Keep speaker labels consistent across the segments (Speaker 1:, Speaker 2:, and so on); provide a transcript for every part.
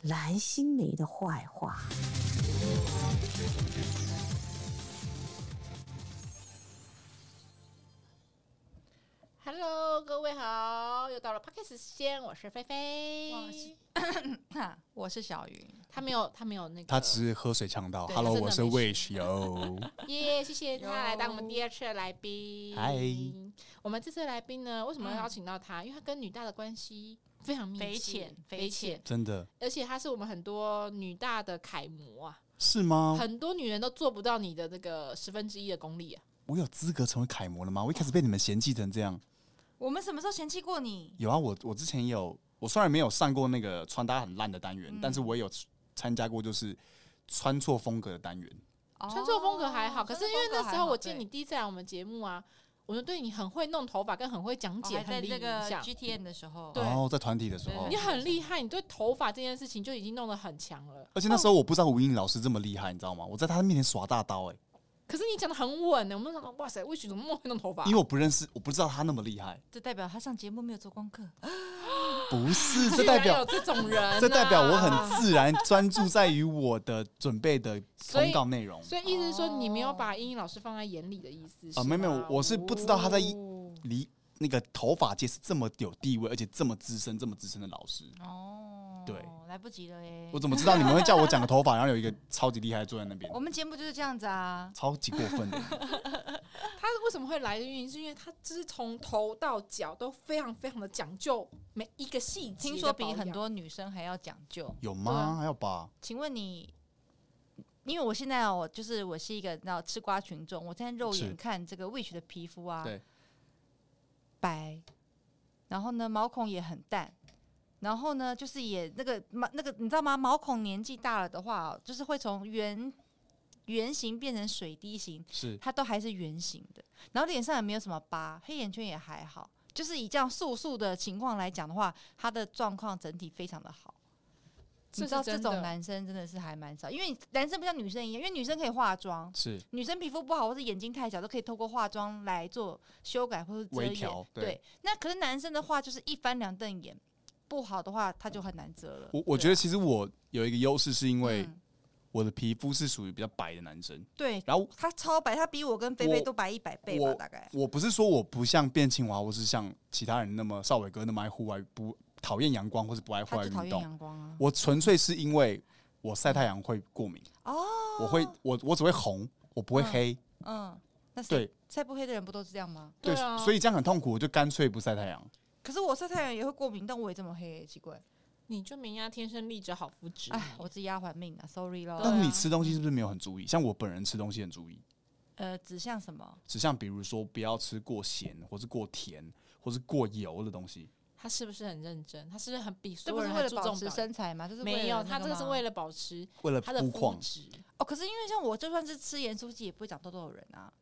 Speaker 1: 蓝心湄的坏话。
Speaker 2: Hello，各位好，又到了 Podcast 时间，我是菲菲。
Speaker 3: 我是 哈，我是小云，
Speaker 2: 他没有，他没有那个，
Speaker 4: 他只是喝水呛到。
Speaker 2: 对
Speaker 4: Hello，
Speaker 2: 他
Speaker 4: 我是
Speaker 2: 真的没
Speaker 4: Wish 哟。
Speaker 2: 耶谢谢他
Speaker 3: 哟
Speaker 2: 来当我们第二次的来宾。
Speaker 4: 嗨，
Speaker 2: 我们这次的来宾呢，为什么要邀请到他？因为他跟女大的关系非常密切，
Speaker 3: 嗯匪浅
Speaker 2: 匪
Speaker 3: 匪
Speaker 2: 浅
Speaker 3: 浅，
Speaker 4: 真的
Speaker 2: 而且他是我们很多女大的楷模啊，
Speaker 4: 是吗？
Speaker 2: 很多女人都做不到你的那个十分之一的功力啊。
Speaker 4: 我有资格成为楷模了吗？我一开始被你们嫌弃成这样。
Speaker 3: 我们什么时候嫌弃过你？
Speaker 4: 有啊，我我之前有，我虽然没有上过那个穿搭很烂的单元，
Speaker 2: 嗯
Speaker 4: 但是我有参加过就是穿错风格的单元。
Speaker 2: 穿错风格还好，
Speaker 3: 哦
Speaker 2: 可是因为那时候我记得你，
Speaker 3: 穿
Speaker 2: 第一次来我们节目啊，我就对你很会弄头发，跟很会讲
Speaker 3: 错风格还好对我
Speaker 2: 解，
Speaker 3: 哦
Speaker 2: 很厉哦
Speaker 3: 还在这
Speaker 2: 害。
Speaker 3: 个 GTN 的时候，
Speaker 2: 对
Speaker 4: 然哦后在团体的时
Speaker 3: 对
Speaker 4: 候
Speaker 2: 你，很厉害，你对头发这件事情就已经弄得很强了。
Speaker 4: 而且那时候我不知道吴英老师这么厉害，你知道吗？我在他面前耍大刀哎、
Speaker 2: 可是你讲的很稳欸呢，我们想说，哇塞，魏许怎么那么会弄头发？
Speaker 4: 因为我不认识，我不知道他那么 厉害。
Speaker 3: 这代表他上节目没有做功课。
Speaker 4: 不是， 这
Speaker 2: 居
Speaker 4: 代
Speaker 2: 然
Speaker 4: 表
Speaker 2: 有这种人、啊
Speaker 4: 这代表我很。自然专注在于我的准备的
Speaker 2: 所以
Speaker 4: 通告内容。
Speaker 2: 所以意思是说，你没有把英英老师放在眼里的意思是吗？
Speaker 4: 啊没有没有我是不知道他在一
Speaker 2: 哦
Speaker 4: 离那个头发界是这么有地位，而且这么资深、这么资深的老师，
Speaker 3: 哦，
Speaker 4: 对，
Speaker 3: 来不及了耶
Speaker 4: 我。怎么知道你们会叫我讲个头发，然后有一个超级厉害坐在那边
Speaker 3: 我， 们节目就是这样子啊，
Speaker 4: 超级过 分的。
Speaker 2: 他为什么会来的原因，是因为他就是从头到脚都非常非常的讲究每一个细节。
Speaker 3: 听说比很，多女生还要讲究。
Speaker 4: 有
Speaker 2: 对
Speaker 4: 吗
Speaker 2: 啊？
Speaker 4: 还有吧？
Speaker 3: 请问你，因为我现在哦，就是我是一个那吃瓜群众，我现在肉眼
Speaker 4: 是
Speaker 3: 看这个 witch 的皮肤啊，
Speaker 4: 对，
Speaker 3: 白，然后呢毛孔也很淡，然后呢就是也那个毛那个你知道吗？毛孔年纪大了的话哦、就是会从圆圆形变成水滴形，
Speaker 4: 是
Speaker 3: 它都还是圆形的，然后脸上也没有什么疤，黑眼圈也还好。就是以这样素素的情况来讲的话，他的状况整体非常的好。你知道这种
Speaker 2: 男，
Speaker 3: 男生真的是还蛮少，因为男生不像女生一样，因为女生可以化妆，
Speaker 4: 是，
Speaker 3: 女生皮肤不好或是眼睛太小，都可以透过化妆来做修改或是遮
Speaker 4: 微
Speaker 3: 掩。
Speaker 4: 调
Speaker 3: 对
Speaker 4: 对
Speaker 3: 那可是男生的话就是一翻两瞪眼，不好的话他就很难遮了。
Speaker 4: 我我觉得其实我有一个优势，是因
Speaker 3: 因
Speaker 4: 为我的皮肤是属于比较白的男生，
Speaker 3: 对
Speaker 4: 然后
Speaker 3: 他超白，他比我跟菲菲
Speaker 4: 我
Speaker 3: 都白一百倍吧，
Speaker 4: 我
Speaker 3: 大概。
Speaker 4: 我不是说我不像变青蛙，或是像其他人那么少伟哥那么爱户外，不讨厌阳光或是不爱户
Speaker 3: 他
Speaker 4: 外
Speaker 3: 就讨厌
Speaker 4: 运动。
Speaker 3: 阳光啊。
Speaker 4: 我纯粹是因为我晒太阳会过敏，
Speaker 3: 哦，
Speaker 4: 我会我我只会红，我不会
Speaker 3: 嗯
Speaker 4: 黑。
Speaker 3: 嗯，那晒
Speaker 4: 对
Speaker 3: 晒不黑的人不都是这样吗？
Speaker 2: 对
Speaker 4: 对，
Speaker 2: 啊
Speaker 4: 所以这样很痛苦，我就干脆不晒太阳。
Speaker 3: 可是我晒太阳也会过敏，但我也这么黑、奇怪。
Speaker 2: 你就没人家天生丽质好肤质。
Speaker 3: 哎，我是丫鬟命啊，sorry 咯。
Speaker 2: 对啊
Speaker 4: 但你吃东西是不是没有很注意？像我本人吃东西很注意，
Speaker 3: 呃，指向什么？
Speaker 4: 只像比如说不要吃过咸，或是过甜，或是过油的东西。
Speaker 2: 他是不是很认真？他是不是很比
Speaker 3: 这
Speaker 2: 所
Speaker 3: 不
Speaker 2: 有
Speaker 3: 是
Speaker 2: 人
Speaker 3: 为
Speaker 2: 还
Speaker 3: 了
Speaker 2: 注
Speaker 3: 保
Speaker 2: 重
Speaker 3: 持
Speaker 2: 表现
Speaker 3: 身材吗？这是为了
Speaker 2: 没有，他
Speaker 3: 那
Speaker 2: 这个是为
Speaker 3: 了
Speaker 2: 了保持
Speaker 4: 为了
Speaker 2: 他的
Speaker 4: 肤
Speaker 2: 肤
Speaker 4: 况，
Speaker 2: 质。
Speaker 3: 哦。可是因为像我，就算是吃盐酥鸡，也不会长痘痘的人啊。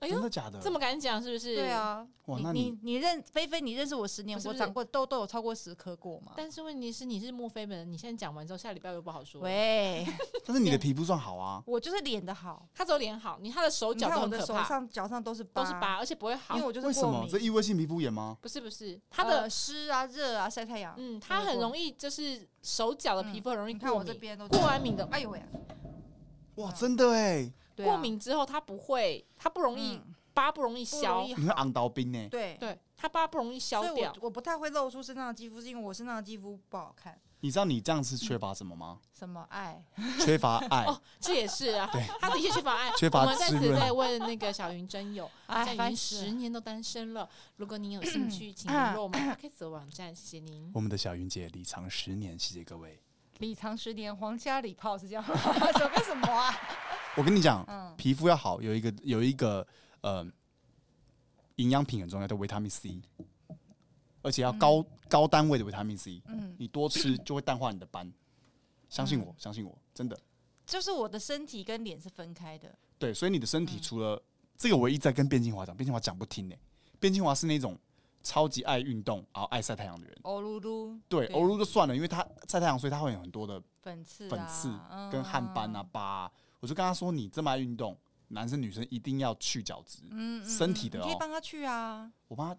Speaker 2: 哎
Speaker 4: 真
Speaker 2: 呦，
Speaker 4: 的假的？
Speaker 2: 这么敢讲是不是？
Speaker 3: 对。啊，
Speaker 4: 哇
Speaker 3: 你
Speaker 4: 那
Speaker 3: 你
Speaker 4: 你
Speaker 3: 你认菲菲，你认识我十年，
Speaker 2: 不是
Speaker 3: 我长过痘痘有超过十颗过吗？
Speaker 2: 但是问题是，你是墨菲本人，你现在讲完之后，下礼拜又不好说。，
Speaker 3: 喂，
Speaker 4: 但是你的皮肤算好啊，
Speaker 3: 我就是脸的好，
Speaker 2: 他只有脸好，你他的手
Speaker 3: 你
Speaker 2: 脚
Speaker 3: 看
Speaker 2: 都
Speaker 3: 我
Speaker 2: 很
Speaker 3: 的
Speaker 2: 可
Speaker 3: 手
Speaker 2: 怕，
Speaker 3: 上、脚上都是
Speaker 2: 都是疤，，而且不会好
Speaker 3: 因为。我呃就是
Speaker 4: 为什
Speaker 3: 过
Speaker 4: 么？
Speaker 3: 敏
Speaker 4: 这。异位性皮肤炎吗？
Speaker 2: 不是不是，他
Speaker 3: 它
Speaker 2: 的
Speaker 3: 的湿啊、热啊、晒太阳，
Speaker 2: 嗯，他很容易就是手脚的皮肤很容易
Speaker 3: 嗯你看
Speaker 2: 过
Speaker 3: 我这
Speaker 2: 敏，
Speaker 3: 边都
Speaker 2: 过完敏的
Speaker 3: 哎呦喂啊，
Speaker 2: 啊
Speaker 4: 哇，真的哎，
Speaker 3: 对啊
Speaker 2: 过敏之后他不会，他不容易
Speaker 3: 嗯
Speaker 2: 疤不容易
Speaker 3: 不
Speaker 2: 消
Speaker 3: 容易，
Speaker 4: 你会昂欸刀兵呢？
Speaker 3: 对。
Speaker 2: 对他疤不容易
Speaker 3: 所
Speaker 2: 消
Speaker 3: 以我
Speaker 2: 掉。
Speaker 3: 我不太会露出身上的肌肤，是因为我身上的肌肤不好看。
Speaker 4: 你知道你这样是缺乏什 么吗？
Speaker 3: 什么爱？
Speaker 4: 缺乏爱。
Speaker 2: 哦，这也是啊，他的确缺乏爱。
Speaker 4: 缺乏
Speaker 2: 我们在
Speaker 4: 滋
Speaker 2: 此
Speaker 4: 润
Speaker 2: 在问那个小云真友，他
Speaker 3: 哎
Speaker 2: 已经
Speaker 3: 烦死了
Speaker 2: 十年都单身了。如果你有兴 趣，请联络我
Speaker 3: 啊
Speaker 2: 们 p o d 网站，谢谢您。
Speaker 4: 我们的小云姐离场十年，谢谢各位。
Speaker 3: 李长十年，皇家礼炮是这样吗？ 什么什么啊？
Speaker 4: 我跟你讲，
Speaker 3: 嗯
Speaker 4: 皮肤要好，有一个有一个呃营养品很重要，叫维他命 C，而且要高、高单位的维他命 C，
Speaker 3: 嗯，
Speaker 4: 你多吃就会淡化你的斑。相信我，相信我，真的。
Speaker 3: 就是我的身体跟脸是分开的，
Speaker 4: 对，所以你的身体
Speaker 3: 嗯
Speaker 4: 除了、这个，我一直在跟卞金华讲，卞金华讲不听呢、卞金华是那种超级爱运动，然后爱晒太阳的人。
Speaker 3: 欧哦噜噜，
Speaker 4: 对，
Speaker 3: 对
Speaker 4: 欧露就算了，因为他晒太阳，所以他会有很多的
Speaker 3: 粉刺、啊、
Speaker 4: 粉刺
Speaker 3: 嗯
Speaker 4: 跟汗斑啊、，疤啊。我就跟他说，你这么爱运动，男生女生一定要去角质。
Speaker 3: 嗯嗯
Speaker 4: 身体的
Speaker 3: 你可以
Speaker 4: 哦
Speaker 3: 帮他去啊。
Speaker 4: 我帮他，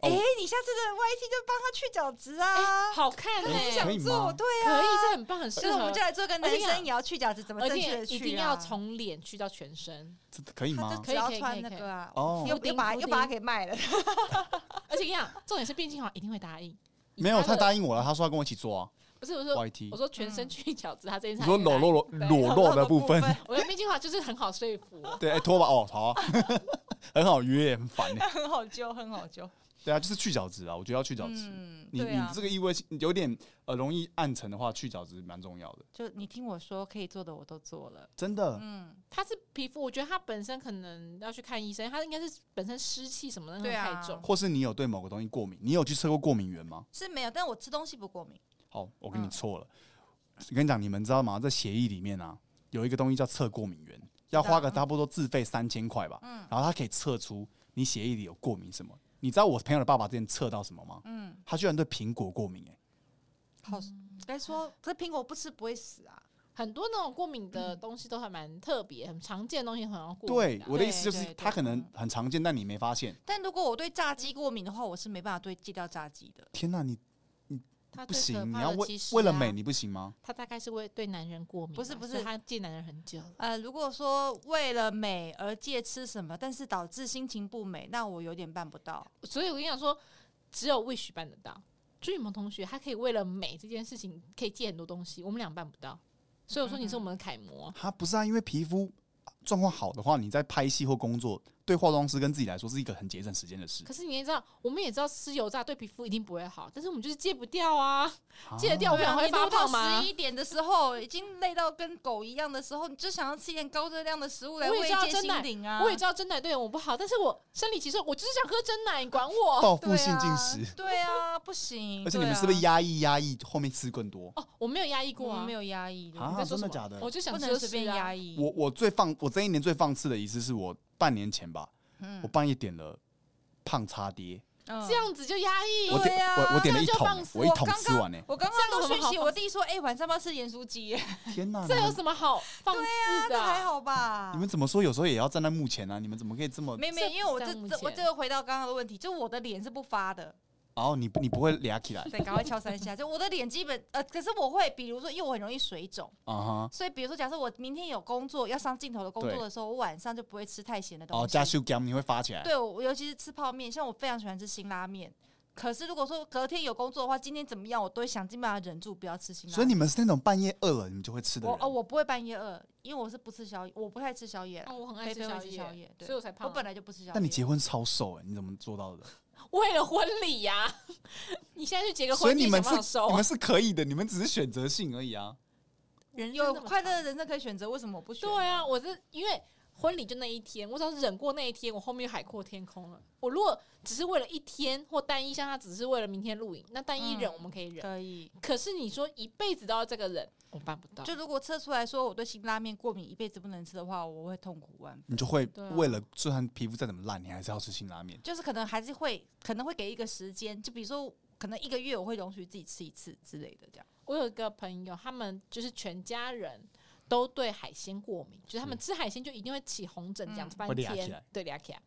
Speaker 3: 哎、
Speaker 4: 哦
Speaker 3: 你下次的 YT 就帮他去角质啊。
Speaker 2: 好看呢、
Speaker 4: 哎
Speaker 3: 想
Speaker 4: 可以
Speaker 3: 做
Speaker 4: 吗
Speaker 3: 对啊，
Speaker 2: 可以，这很棒，很适
Speaker 3: 就是我
Speaker 2: 合
Speaker 3: 们就。来做个
Speaker 2: 而
Speaker 3: 男
Speaker 2: 且
Speaker 3: 生也要去角质，怎么
Speaker 2: 而
Speaker 3: 正确
Speaker 2: 且
Speaker 3: 的去、啊？
Speaker 2: 一定要从脸去到全身，
Speaker 4: 这可以
Speaker 3: 他
Speaker 4: 吗
Speaker 3: 就？
Speaker 2: 可
Speaker 3: 只
Speaker 2: 以
Speaker 3: 要
Speaker 2: 可以可
Speaker 3: 穿
Speaker 2: 以
Speaker 3: 那
Speaker 2: 可以
Speaker 3: 个啊，
Speaker 4: 哦
Speaker 3: 又又把
Speaker 2: 敷
Speaker 3: 又
Speaker 2: 丁
Speaker 3: 把它给卖了。
Speaker 2: 而且跟你讲，重点是卞金华一定会答应。以
Speaker 4: 没有，他
Speaker 2: 的
Speaker 4: 答应我了，他说要跟我一起做啊。
Speaker 2: 不是我说，我
Speaker 4: YT，
Speaker 2: 说全身去角质，他这件事
Speaker 4: 你
Speaker 2: 他
Speaker 4: 说
Speaker 2: 一定
Speaker 4: 裸
Speaker 2: 答应
Speaker 4: 露
Speaker 2: 对
Speaker 4: 裸裸露的部分，
Speaker 2: 我觉得卞金华就是很好说服。
Speaker 4: 对，哎，拖把哦，好啊， 很好约，很烦哎。
Speaker 3: 很好揪，很好揪。
Speaker 4: 对啊，就是去角质啊，我觉得要去角质。
Speaker 3: 嗯，
Speaker 4: 你
Speaker 3: 对
Speaker 4: 你
Speaker 3: 啊
Speaker 4: 这，个异味有点呃容易暗沉的话，去角质蛮重要的，
Speaker 3: 就你听我说，可以做的我都做了。
Speaker 4: 真的。
Speaker 3: 嗯，
Speaker 2: 他是皮肤，我觉得他本身可能要去看医生，他应该是本身湿气什么的
Speaker 3: 对啊
Speaker 2: 太重。
Speaker 4: 或是你有对某个东西过敏，你有去测过过敏源吗？
Speaker 3: 是没有，但我吃东西不过敏。
Speaker 4: 好，我跟你
Speaker 3: 嗯
Speaker 4: 错了。我跟你讲，你们知道吗？在协议里面啊，有一个东西叫测过敏源，要花个
Speaker 3: 嗯
Speaker 4: 差不多自费三千块吧。
Speaker 3: 嗯
Speaker 4: 然后它可以测出你血液里有过敏什么。你知道我朋友的爸爸之前测到什么吗？
Speaker 3: 嗯，
Speaker 4: 他居然对苹果过敏、欸，
Speaker 3: 好，
Speaker 2: 嗯
Speaker 3: 该说这苹果不吃不会死啊。
Speaker 2: 很多那种过敏的东西都还蛮特别，很常见的东西很像过敏
Speaker 4: 嗯对
Speaker 2: 的啊。
Speaker 4: 我的意思就
Speaker 3: 对
Speaker 4: 是
Speaker 3: 对，
Speaker 4: 他
Speaker 3: 对
Speaker 4: 可能
Speaker 3: 嗯
Speaker 4: 很常见，但你没发现。
Speaker 3: 但如果我对炸鸡过敏的话，我是没办法对戒掉炸鸡的。
Speaker 4: 天哪、你
Speaker 2: 他
Speaker 4: 不
Speaker 2: 最可
Speaker 4: 行！你
Speaker 2: 怕
Speaker 4: 要
Speaker 2: 的
Speaker 4: 为
Speaker 2: 其实
Speaker 4: 为了
Speaker 2: 啊
Speaker 4: 美，你不行吗？
Speaker 2: 他大概是为对男人过敏啊，
Speaker 3: 不是不
Speaker 2: 所以
Speaker 3: 是
Speaker 2: 他戒男人很久了。
Speaker 3: 呃，如果说为了美而戒吃什么，但是导致心情不美，那我有点办不到。
Speaker 2: 所以我跟你讲说，只有 wish 办得到。朱雨萌同学，他可以为了美这件事情，可以戒很多东西，我们俩办不到。所以我说你是我们的楷模，
Speaker 4: 他不是啊，因为皮肤状况好的话，你在拍戏或工作，对化妆师跟自己来说是一个很节省时间的事。
Speaker 2: 可是你也知道，我们也知道吃油炸对皮肤一定不会好，但是我们就是戒不掉啊，
Speaker 4: 啊
Speaker 2: 戒得掉我
Speaker 3: 对
Speaker 2: 们
Speaker 3: 啊
Speaker 2: 俩会
Speaker 3: 你
Speaker 2: 发
Speaker 3: 录到
Speaker 2: 胖吗
Speaker 3: 十？一点的时候，已经累到跟狗一样的时候，你就想要吃一点高热量的食物来
Speaker 2: 我也
Speaker 3: 慰
Speaker 2: 知道
Speaker 3: 藉
Speaker 2: 真
Speaker 3: 心
Speaker 2: 奶
Speaker 3: 灵啊。
Speaker 2: 我也知道真奶对我不好，但是我生理期说，我就是想喝真奶，你管我？
Speaker 4: 报复性进食，
Speaker 3: 对啊，不行。
Speaker 4: 而且你们是
Speaker 3: 啊
Speaker 4: 不是压抑压抑，后面吃更多？
Speaker 2: 哦，我没有压抑
Speaker 3: 过
Speaker 2: 过啊，
Speaker 3: 没
Speaker 2: 有。
Speaker 3: 有压抑的？
Speaker 4: 啊
Speaker 2: 你在说
Speaker 4: 真
Speaker 2: 什
Speaker 4: 的
Speaker 2: 么？
Speaker 4: 假的
Speaker 2: 我就想
Speaker 3: 不
Speaker 2: 说
Speaker 3: 能随便压
Speaker 2: 抑。
Speaker 3: 抑。
Speaker 4: 我我最放我这一年最放肆的一次是我半年前吧，
Speaker 3: 嗯
Speaker 4: 我半夜点了胖叉爹，
Speaker 3: 嗯
Speaker 2: 这样子就压抑，
Speaker 4: 我点
Speaker 3: 啊
Speaker 4: 我我点了一
Speaker 2: 那就
Speaker 4: 桶
Speaker 2: 放，肆
Speaker 4: 我一桶
Speaker 3: 我刚
Speaker 4: 吃完欸呢。
Speaker 3: 我刚
Speaker 2: 这样
Speaker 3: 刚
Speaker 2: 有什么
Speaker 3: 都讯
Speaker 2: 好
Speaker 3: 息
Speaker 2: 放
Speaker 3: 我弟说，哎、晚上要不要吃盐酥鸡？
Speaker 4: 天哪！你
Speaker 2: 这有
Speaker 4: 们
Speaker 2: 什么好放肆
Speaker 3: 这
Speaker 2: 的
Speaker 3: 还
Speaker 2: 啊？
Speaker 3: 好吧？
Speaker 4: 你们怎么说？有时候也要站在幕前啊！你们怎么可以这么？
Speaker 3: 没没，
Speaker 2: 这
Speaker 3: 因为我
Speaker 2: 这
Speaker 3: 这
Speaker 2: 样目
Speaker 3: 这我
Speaker 2: 前
Speaker 3: 这个回到刚刚的问题，就我的脸是不发的，
Speaker 4: 哦，你不你不会俩起来
Speaker 3: 对，赶快敲三下。就我的脸基本呃，可是我会，比如说，因为我很容易水肿，
Speaker 4: 啊哈？
Speaker 3: 所以比如说，假设我明天有工作要上镜头的工
Speaker 4: 对
Speaker 3: 作的时候，我晚上就不会吃太咸的东西。
Speaker 4: 哦，加修 gam 你会发起来。
Speaker 3: 对，我尤其是吃泡面，像我非常喜欢吃辛拉面。可是如果说隔天有工作的话，今天怎么样，我都会想尽办法忍住不要吃辛拉面。
Speaker 4: 所以你们是那种半夜饿了你们就会吃的
Speaker 3: 我
Speaker 4: 人
Speaker 3: 哦，。我不会半夜饿，因为我是不吃宵夜，我不太吃宵夜啦。
Speaker 2: 哦，我很爱
Speaker 3: 菲
Speaker 2: 吃
Speaker 3: 菲
Speaker 2: 宵
Speaker 3: 会吃
Speaker 2: 夜，
Speaker 3: 宵夜，
Speaker 2: 所以
Speaker 3: 对，
Speaker 2: 我才胖啊。
Speaker 3: 我本来就不吃宵夜。
Speaker 4: 但你结婚超瘦哎，你怎么做到的？
Speaker 2: 为了婚礼呀、 你现在去结个
Speaker 4: 所以
Speaker 2: 婚，
Speaker 4: 你们是
Speaker 2: 想不想收
Speaker 4: 你
Speaker 2: 啊
Speaker 4: 们是可以的，你们只是选择性而已啊。
Speaker 2: 人
Speaker 3: 有
Speaker 2: 生那么
Speaker 3: 快
Speaker 2: 长
Speaker 3: 乐的人生可以选择，为什么我不选？
Speaker 2: 对啊，我是因为婚礼就那一天，我只要忍过那一天，我后面就海阔天空了。我如果只是为了一天或单一，像他只是为了明天录影，那单一忍
Speaker 3: 嗯
Speaker 2: 我们可以忍。
Speaker 3: 可以。
Speaker 2: 可是你说一辈子都要这个忍，我办不到。
Speaker 3: 就如果测出来说我对辛拉面过敏，一辈子不能吃的话，我会痛苦万分。
Speaker 4: 你就会
Speaker 2: 对啊
Speaker 4: 为了，就算皮肤再怎么烂，你还是要吃辛拉面。
Speaker 3: 就是可能还是会，可能会给一个时间，就比如说可能一个月我会容许自己吃一次之类的，这样。
Speaker 2: 我有一个朋友，他们就是全家人都对海鲜过敏，就是他们吃海鲜就一定会起红疹，这样
Speaker 3: 嗯
Speaker 2: 翻
Speaker 4: 会裂起
Speaker 2: 天
Speaker 4: 来，
Speaker 2: 对，俩起来。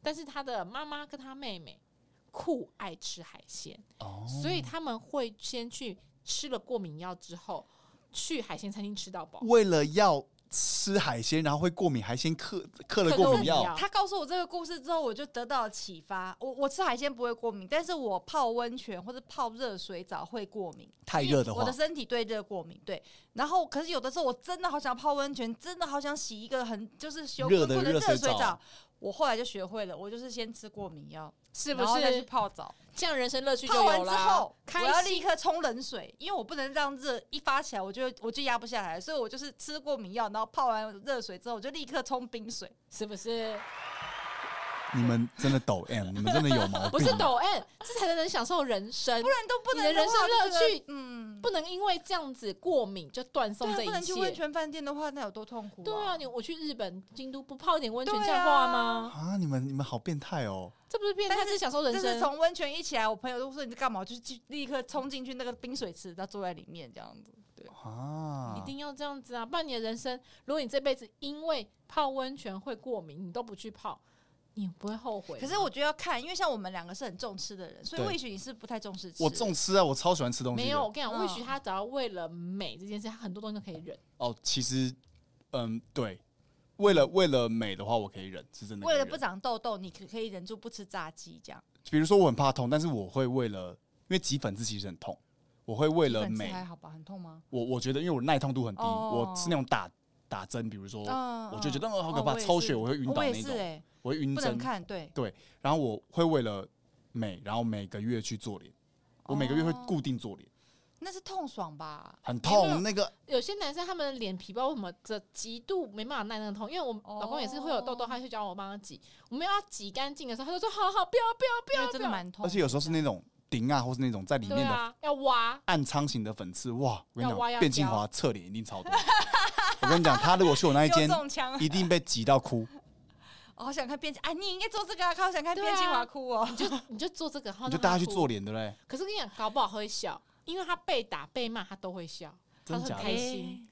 Speaker 2: 但是他的妈妈跟他妹妹酷爱吃海鲜，
Speaker 4: 哦
Speaker 2: 所以他们会先去吃了过敏药之后，去海鲜餐厅吃到饱。
Speaker 4: 为了要吃海鲜，然后会过敏，海鲜嗑嗑了
Speaker 2: 嗑过
Speaker 4: 过敏
Speaker 2: 敏
Speaker 4: 药
Speaker 2: 药，
Speaker 3: 他告诉我这个故事之后，我就得到了启发。我我吃海鲜不会过敏，但是我泡温泉或者泡热水澡会过敏。
Speaker 4: 太热的
Speaker 3: 我
Speaker 4: 话
Speaker 3: 的，身体对热过敏，对。然后，可是有的时候我真的好想泡温泉，真的好想洗一个很就是修
Speaker 4: 热
Speaker 3: 滚
Speaker 4: 的
Speaker 3: 滚的
Speaker 4: 热
Speaker 3: 热
Speaker 4: 水
Speaker 3: 水
Speaker 4: 澡
Speaker 3: 澡。我后来就学会了，我就是先吃过敏药，
Speaker 2: 是不
Speaker 3: 然后再去
Speaker 2: 是？
Speaker 3: 泡澡，
Speaker 2: 这样人生乐趣就
Speaker 3: 泡完
Speaker 2: 有
Speaker 3: 之
Speaker 2: 了
Speaker 3: 后。，我要
Speaker 2: 开
Speaker 3: 立
Speaker 2: 心，
Speaker 3: 刻冲冷水，因为我不能让热一发起来，我就我就压不下来，所以我就是吃过敏药，然后泡完热水之后，我就立刻冲冰水。
Speaker 2: 是不是？
Speaker 4: 你们真的抖 M，你们真的有毛病。
Speaker 2: 不是 抖 M，这才能享受人生
Speaker 3: 不，然都不
Speaker 2: 你
Speaker 3: 能
Speaker 2: 的人
Speaker 3: 话
Speaker 2: 生乐
Speaker 3: 这个
Speaker 2: 趣
Speaker 3: 嗯，
Speaker 2: 不能因为这样子过敏就断
Speaker 3: 对
Speaker 2: 送
Speaker 3: 啊，
Speaker 2: 这一
Speaker 3: 不能去
Speaker 2: 切
Speaker 3: 温。泉饭店的话，那有多痛苦、
Speaker 2: 对啊，你我去日本京都不泡一点温泉
Speaker 3: 对啊
Speaker 2: 像话吗？
Speaker 4: 啊！你们你们好变态哦！
Speaker 2: 这不是变态，
Speaker 3: 但是
Speaker 2: 这是享受人
Speaker 3: 但是
Speaker 2: 生。
Speaker 3: 从温泉一起来，我朋友都说你在干嘛，我就去立刻冲进去那个冰水池，然后坐在里面这样子。
Speaker 4: 啊，
Speaker 2: 一定要这样子啊！不然你的人生，如果你这辈子因为泡温泉会过敏，你都不去泡，你不会后悔吗。
Speaker 3: 可是我觉得要看，因为像我们两个是很重吃的人，所以
Speaker 4: 对
Speaker 3: 魏许你是不太重视吃。
Speaker 4: 我重吃啊，我超喜欢吃东西的。
Speaker 2: 没有，我跟你讲，
Speaker 3: 嗯
Speaker 2: 魏许他只要为了美这件事，他很多东西都可以忍。
Speaker 4: 哦，其实嗯，对，为了为了美的话，我可以忍，是真的可以
Speaker 3: 为了
Speaker 4: 忍。
Speaker 3: 不长痘痘，你可可以忍住不吃炸鸡这样。
Speaker 4: 比如说我很怕痛，但是我会为了，因为挤粉刺其实很痛，我会为了
Speaker 3: 鸡粉刺
Speaker 4: 美，
Speaker 3: 还好吧？很痛吗？
Speaker 4: 我我觉得因为我耐痛度很低，
Speaker 3: 哦
Speaker 4: 我是那种打打针，比如说、
Speaker 3: 嗯
Speaker 4: 我就觉得
Speaker 3: 嗯
Speaker 4: 哦好可怕，
Speaker 3: 我也是
Speaker 4: 抽血我会晕倒
Speaker 3: 我也
Speaker 4: 那
Speaker 3: 是
Speaker 4: 种，
Speaker 3: 哎，
Speaker 4: 我会晕
Speaker 3: 不能
Speaker 4: 针，
Speaker 3: 看对。
Speaker 4: 然后我会为了美，然后每个月去做脸，我每个月会
Speaker 3: 哦
Speaker 4: 固定做脸，
Speaker 3: 那是痛爽吧？
Speaker 4: 很
Speaker 2: 没有
Speaker 4: 痛，那个
Speaker 3: 哦
Speaker 2: 有些男生他们的脸皮不知道为什么这极度没办法耐那个痛，因为我
Speaker 3: 哦
Speaker 2: 老公也是会有痘痘，他就叫我帮他挤。我们要挤干净的时候，他就说：“好好，不要不要不
Speaker 3: 因
Speaker 2: 要
Speaker 3: 为真的蛮痛。
Speaker 4: 而且有时候是那种顶啊，或是那种在里
Speaker 2: 对
Speaker 4: 面的
Speaker 2: 啊，要挖。
Speaker 4: 暗苍型的粉刺，哇！我跟你
Speaker 2: 要挖要
Speaker 4: 讲，卞庆华侧脸一定超多。我跟你讲，他如果去我那 一
Speaker 3: 又
Speaker 4: 间，
Speaker 3: 中枪了，
Speaker 4: 一定被挤 到哭。
Speaker 3: 我好想看变哎，你应该做这个啊，好想看
Speaker 2: 对
Speaker 3: 变
Speaker 2: 啊
Speaker 3: 金华哭哦。
Speaker 2: 你就你就做这个，然后
Speaker 4: 你就
Speaker 2: 让
Speaker 4: 带他去
Speaker 2: 哭
Speaker 4: 做。脸，对不对？
Speaker 2: 可是跟你讲，搞不好他会笑，因为他被打被骂，他都会笑，他
Speaker 4: 真
Speaker 2: 很
Speaker 4: 假
Speaker 2: 开
Speaker 4: 的？
Speaker 3: 哎
Speaker 2: 心，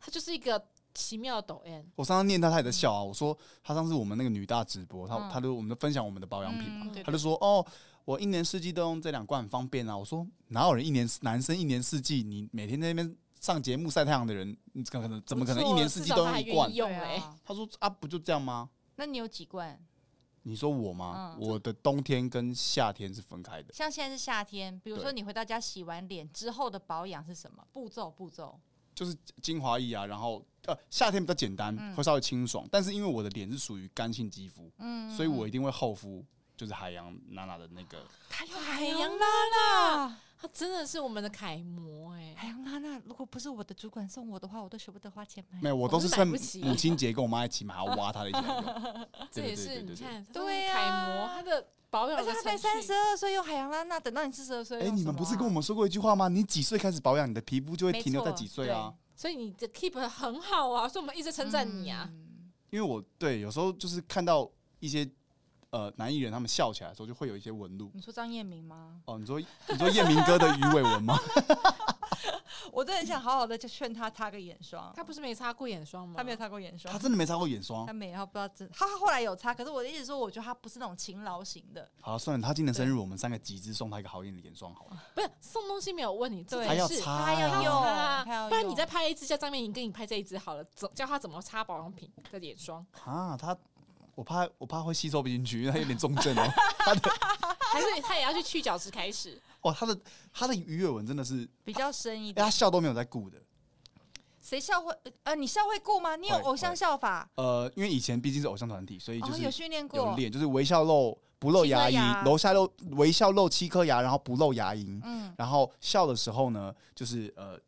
Speaker 2: 他就是一个奇妙的抖 N。
Speaker 4: 我上次念他，他也在笑啊。我说他上次我们那个女大直播，他
Speaker 3: 嗯
Speaker 4: 他就我们就分享我们的保养品嘛，
Speaker 3: 嗯对
Speaker 4: 他就说哦，我一年四季都用这两罐很方便啊。我说哪有人一年男生一年四季，你每天在那边上节目晒太阳的人，你怎么可能怎么可能一年四季都
Speaker 2: 不错至少他还
Speaker 4: 用一
Speaker 2: 愿意
Speaker 4: 罐？
Speaker 2: 用
Speaker 3: 对
Speaker 2: 嘞、
Speaker 3: 啊
Speaker 4: 他说啊，不就这样吗？
Speaker 3: 那你有几罐？
Speaker 4: 你说我吗？
Speaker 3: 嗯
Speaker 4: 我的冬天跟夏天是分开的。
Speaker 3: 像现在是夏天，比如说
Speaker 4: 对
Speaker 3: 你回到家洗完脸之后的保养是什么步骤？步骤
Speaker 4: 就是精华液啊，然后呃夏天比较简单，
Speaker 3: 嗯
Speaker 4: 会稍微清爽，但是因为我的脸是属于干性肌肤，
Speaker 3: 嗯
Speaker 4: 所以我一定会厚敷，就是海洋娜娜的那个，
Speaker 3: 他有
Speaker 2: 海
Speaker 3: 海
Speaker 2: 洋
Speaker 3: 洋拉拉，
Speaker 2: 他真的是我们的楷模哎、
Speaker 4: 啊
Speaker 3: 海洋拉拉。如果不是我的主管送我的话，我都舍不得花钱哎买。
Speaker 4: 没有，我都是
Speaker 2: 我都买
Speaker 4: 趁
Speaker 2: 不起
Speaker 4: 母亲节跟我妈一起买，然后挖她的一哎起来用。
Speaker 2: 这也
Speaker 4: 对对
Speaker 2: 是
Speaker 4: 对
Speaker 2: 你
Speaker 4: 对对。
Speaker 2: 看，
Speaker 3: 对啊
Speaker 2: 楷模他的保养
Speaker 3: 而
Speaker 2: 的
Speaker 3: 且他才
Speaker 2: 程序
Speaker 3: 三十二岁用海洋拉拉，等到你四十二岁，
Speaker 4: 哎，你们不是跟我
Speaker 3: 们
Speaker 4: 们说过一句话吗？你几岁开始保养，你的皮肤就会停留在几岁啊？
Speaker 2: 所以你的 keep 得很好啊，所以我们一直称赞你
Speaker 3: 嗯
Speaker 4: 嗯
Speaker 2: 啊。
Speaker 4: 因为我对有时候就是看到一些呃男艺人他们笑起来的时候，就会有一些纹路。
Speaker 3: 你说张彦明吗？
Speaker 4: 哦，你说你说彦明哥的鱼尾纹吗？
Speaker 3: 我真的很想好好的就劝他擦个眼霜，
Speaker 2: 他不是没擦过眼霜吗？
Speaker 3: 他没有擦过眼霜
Speaker 4: 他，真的没擦过眼霜
Speaker 3: 他。没有，他不知道真，他他后来有擦，可是我的意思说，我觉得他不是那种勤劳型的，
Speaker 4: 好、算了，他今年生日，我们三个集资送他一个好一点的眼霜好了。
Speaker 2: 不是送东西没有问你，这
Speaker 3: 对
Speaker 4: 他要
Speaker 2: 是
Speaker 4: 擦
Speaker 3: 他
Speaker 4: 呀、
Speaker 3: 要用，
Speaker 2: 啊
Speaker 3: 他要用，
Speaker 2: 不然你再拍一支叫张美颖跟你拍这一支好了，怎教他怎么擦保养品的眼霜，
Speaker 4: 啊，他我怕我怕会吸收不进去，因为他有点重症哦。他的
Speaker 2: 还是他也要去去角质开始？
Speaker 4: 哇，他的他的鱼尾纹真的是，
Speaker 3: 比较深一
Speaker 4: 哎、
Speaker 3: 点
Speaker 4: 他。笑都没有在顾的。
Speaker 3: 谁笑会？呃，你笑会过吗？你有
Speaker 4: 会
Speaker 3: 偶像笑法？
Speaker 4: 呃，因为以前毕竟是偶像团体，所以就
Speaker 3: 哦，
Speaker 4: 是
Speaker 3: 有训练
Speaker 4: 有
Speaker 3: 过。
Speaker 4: 练，就是微笑露不露
Speaker 3: 七颗
Speaker 4: 牙
Speaker 3: 牙
Speaker 4: 龈，楼下露微笑露七颗牙，然后不露牙龈，
Speaker 3: 嗯
Speaker 4: 然后笑的时候呢，就是呃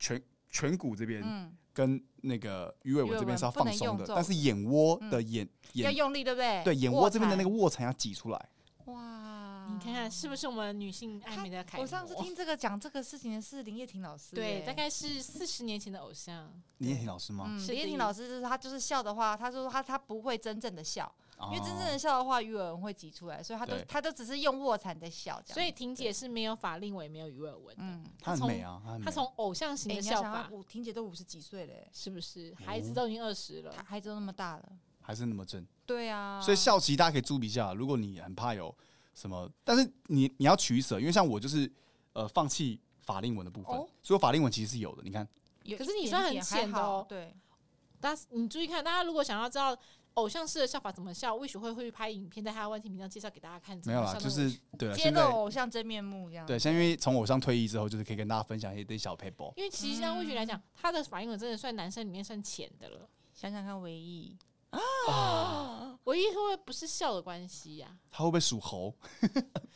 Speaker 4: 颧颧骨这边
Speaker 3: 嗯，
Speaker 4: 跟那个鱼尾
Speaker 3: 鱼尾
Speaker 4: 纹这边是要
Speaker 3: 纹不
Speaker 4: 放
Speaker 3: 能
Speaker 4: 松
Speaker 3: 用
Speaker 4: 的，
Speaker 3: 皱
Speaker 4: 但是眼窝的眼、
Speaker 3: 要
Speaker 4: 眼
Speaker 3: 用力，对不对？
Speaker 4: 对眼窝这边的那
Speaker 3: 个
Speaker 4: 个卧蚕要挤出来。
Speaker 3: 哇，
Speaker 2: 你看看是不是我们女
Speaker 3: 哦
Speaker 2: 性爱美的楷模？
Speaker 3: 我上次听这个讲这个事情的是林叶婷老师，
Speaker 2: 对，
Speaker 3: 哎
Speaker 2: 大概是四十年前的偶像，
Speaker 4: 林彦廷老师吗？
Speaker 3: 嗯，
Speaker 2: 是
Speaker 3: 林叶
Speaker 2: 第一
Speaker 3: 婷老师就是她就是笑的话，她说她她不会真正的笑，因为真正
Speaker 4: 哦
Speaker 3: 的笑的话，鱼尾纹会挤出来，所以她都
Speaker 4: 对
Speaker 3: 她都只是用卧蚕在笑，这样。
Speaker 2: 所以婷姐是没有法令纹，没有鱼尾纹的。
Speaker 3: 嗯，
Speaker 4: 他很美啊，他很美
Speaker 2: 她从偶像型
Speaker 3: 哎
Speaker 2: 的
Speaker 3: 你要
Speaker 2: 笑
Speaker 3: 想
Speaker 2: 法
Speaker 3: 啊，，我婷姐都五十几岁嘞，
Speaker 2: 是不是
Speaker 4: 哦
Speaker 2: 孩子都已经二十
Speaker 3: 她
Speaker 2: 了？
Speaker 3: 孩子都那么大了，
Speaker 4: 还是那么正。
Speaker 3: 对啊，
Speaker 4: 所以校旗大家可以注意一下，如果你很怕有什么，但是你你要取舍，因为像我就是呃放弃法令纹的部分，
Speaker 3: 哦
Speaker 4: 所以我法令纹其实是有的。你看，
Speaker 3: 有
Speaker 2: 可是你
Speaker 3: 一点
Speaker 2: 算很
Speaker 3: 点还
Speaker 2: 浅的
Speaker 3: 好
Speaker 2: 哦
Speaker 3: 对，
Speaker 2: 但是你注意看，大家如果想要知道偶像式的笑法怎么笑，魏许会会去拍影片，在她的问题频道介绍给大家看。
Speaker 4: 没有啦，
Speaker 2: 怎么笑那
Speaker 4: 就
Speaker 2: 个
Speaker 4: 是对了，
Speaker 3: 揭
Speaker 4: 现
Speaker 3: 露
Speaker 4: 在
Speaker 3: 偶像真面目这样。
Speaker 4: 对，现在因为从偶像退役之后，就是可以跟大家分享一些这些小 paper。
Speaker 2: 因为其实像魏雪
Speaker 3: 嗯
Speaker 2: 来讲，她的法令纹真的算男生里面算浅的了。
Speaker 3: 想想看，唯一嗯
Speaker 2: 唯一会不会不是笑的关系呀、
Speaker 4: 他会不会属猴？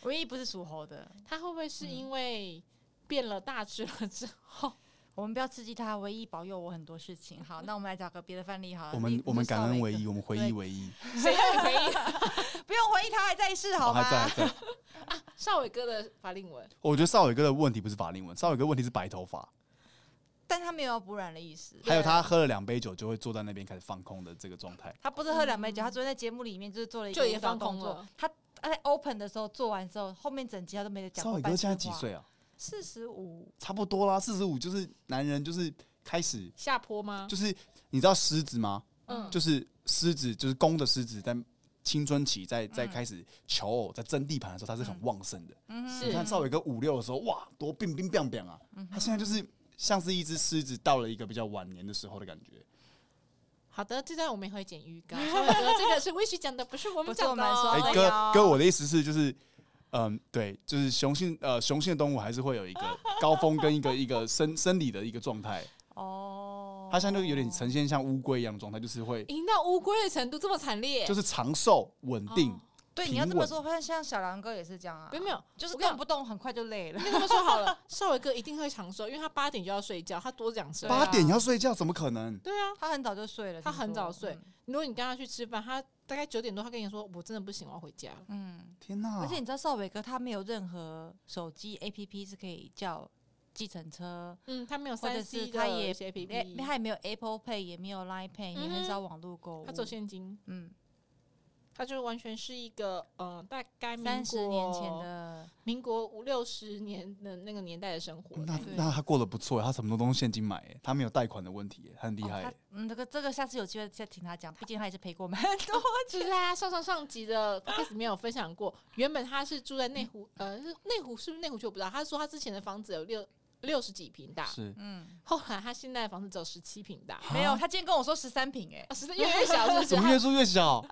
Speaker 3: 唯一不是属猴的，嗯
Speaker 2: 她会不会是因为变了大只了之后，
Speaker 3: 我们不要刺激他，唯一保佑我很多事情。 好，那我们来找个别的范例好了。
Speaker 4: 我
Speaker 3: 啊你
Speaker 4: 们我们感恩唯，
Speaker 3: 你
Speaker 4: 一，我们回忆唯一，
Speaker 2: 谁让你回忆
Speaker 3: 少了一个 不用回忆他还在世，好
Speaker 4: 哦我还在
Speaker 3: 吗
Speaker 4: 还？在。
Speaker 2: 邵伟哥的法令纹？
Speaker 4: 我觉得少伟哥的问题不是法令纹，少伟哥问题是白头发，
Speaker 3: 但他没有要补染的意思。
Speaker 4: 还有他喝了两杯酒就会坐在那边开始放空的这个状态。
Speaker 3: 他不是喝两杯酒，他昨天在节目里面就是做了一
Speaker 2: 哦就
Speaker 3: 个
Speaker 2: 也
Speaker 3: 舞蹈
Speaker 2: 放空
Speaker 3: 动作
Speaker 2: 了。
Speaker 3: 他他在 open 的时候做完之后，后面整集他都没得讲
Speaker 4: 少
Speaker 3: 过
Speaker 4: 伟
Speaker 3: 半
Speaker 4: 哥
Speaker 3: 句话。
Speaker 4: 现在几岁啊？
Speaker 3: 四十五。
Speaker 4: 差不多啦，四十五就是男人就是开始
Speaker 2: 下坡吗？
Speaker 4: 就是你知道狮子吗？
Speaker 2: 嗯，
Speaker 4: 就是狮子，就是公的狮子，在青春期在在
Speaker 3: 嗯
Speaker 4: 开始求偶、在争地盘的时候，它是很
Speaker 3: 嗯
Speaker 4: 旺盛的。
Speaker 3: 嗯哼
Speaker 2: 是
Speaker 4: 你看少伟哥五六的时候，哇，多冰冰冰冰啊！
Speaker 3: 嗯
Speaker 4: 他现在就是像是一只狮子到了一个比较晚年的时候的感觉。
Speaker 2: 好的，这段我们也会剪预 告。邵伟哥，这个是魏旭讲的，不是我们
Speaker 3: 不是
Speaker 2: 讲的
Speaker 3: 我们
Speaker 2: 哦。
Speaker 3: 说
Speaker 4: 哎、
Speaker 3: 的
Speaker 4: 哥
Speaker 3: 哟
Speaker 4: 哥，我的意思是就是。嗯，对，就是雄性呃，雄性的动物还是会有一个 高峰跟一个一个生生理的一个状态，
Speaker 3: 哦，
Speaker 4: 它现在就有点呈现像乌龟一样的状态，就是会
Speaker 2: 赢到乌龟的程度这么惨烈，
Speaker 4: 就是长寿稳定，
Speaker 2: 哦
Speaker 3: 对，你
Speaker 4: 平
Speaker 3: 要这么
Speaker 4: 稳
Speaker 3: 说，像像小狼哥也是这样啊
Speaker 2: 没，有没有，
Speaker 3: 就是
Speaker 2: 我跟你
Speaker 3: 动不动很快就累了。
Speaker 2: 那这么说好了，少伟哥一定会长寿，因为他八点就要睡觉，他多养生。
Speaker 3: 啊
Speaker 4: 八点要睡觉，怎么可能？
Speaker 2: 对啊，
Speaker 3: 他很早就睡了，
Speaker 2: 他
Speaker 3: 听
Speaker 2: 很
Speaker 3: 说
Speaker 2: 早睡，如果你跟他去吃饭，他大概九点多，他跟你说我真的不行，我要回家。
Speaker 3: 嗯。嗯
Speaker 4: 天哪！
Speaker 3: 而且你知道少伟哥他没有任何手机 APP 是可以叫计程车，
Speaker 2: 嗯，他没有
Speaker 3: 或者
Speaker 2: 三
Speaker 3: 是
Speaker 2: C
Speaker 3: 他
Speaker 2: 的
Speaker 3: 也
Speaker 2: 一些 APP，
Speaker 3: 没他也没有 Apple Pay，也没有 Line Pay，也很少网络购物。
Speaker 2: 他走现金，
Speaker 3: 嗯，
Speaker 2: 他就完全是一个呃，大概民
Speaker 3: 三十年前
Speaker 2: 国
Speaker 3: 的
Speaker 2: 民国五六十年的那个年代的生活。
Speaker 4: 那
Speaker 3: 对
Speaker 4: 那他过得不错，他什么东西现金买耶，他没有贷款的问题耶，他很厉
Speaker 3: 哦
Speaker 4: 害
Speaker 3: 他
Speaker 4: 耶。
Speaker 3: 嗯，这个这个下次有机会再听他讲，毕竟他也是陪过我们。
Speaker 2: 就是他上上上集的 podcast 里面有分享过，原本他是住在内湖，呃，是内湖是不是内湖区我不知道。他说他之前的房子有六六十几平大，
Speaker 4: 是
Speaker 3: 嗯，
Speaker 2: 后来他现在的房子只有十七平大，
Speaker 3: 没有，他今天跟我说十三平，哎，
Speaker 2: 啊，实在越来越小，是不是？
Speaker 4: 怎么越住 越小？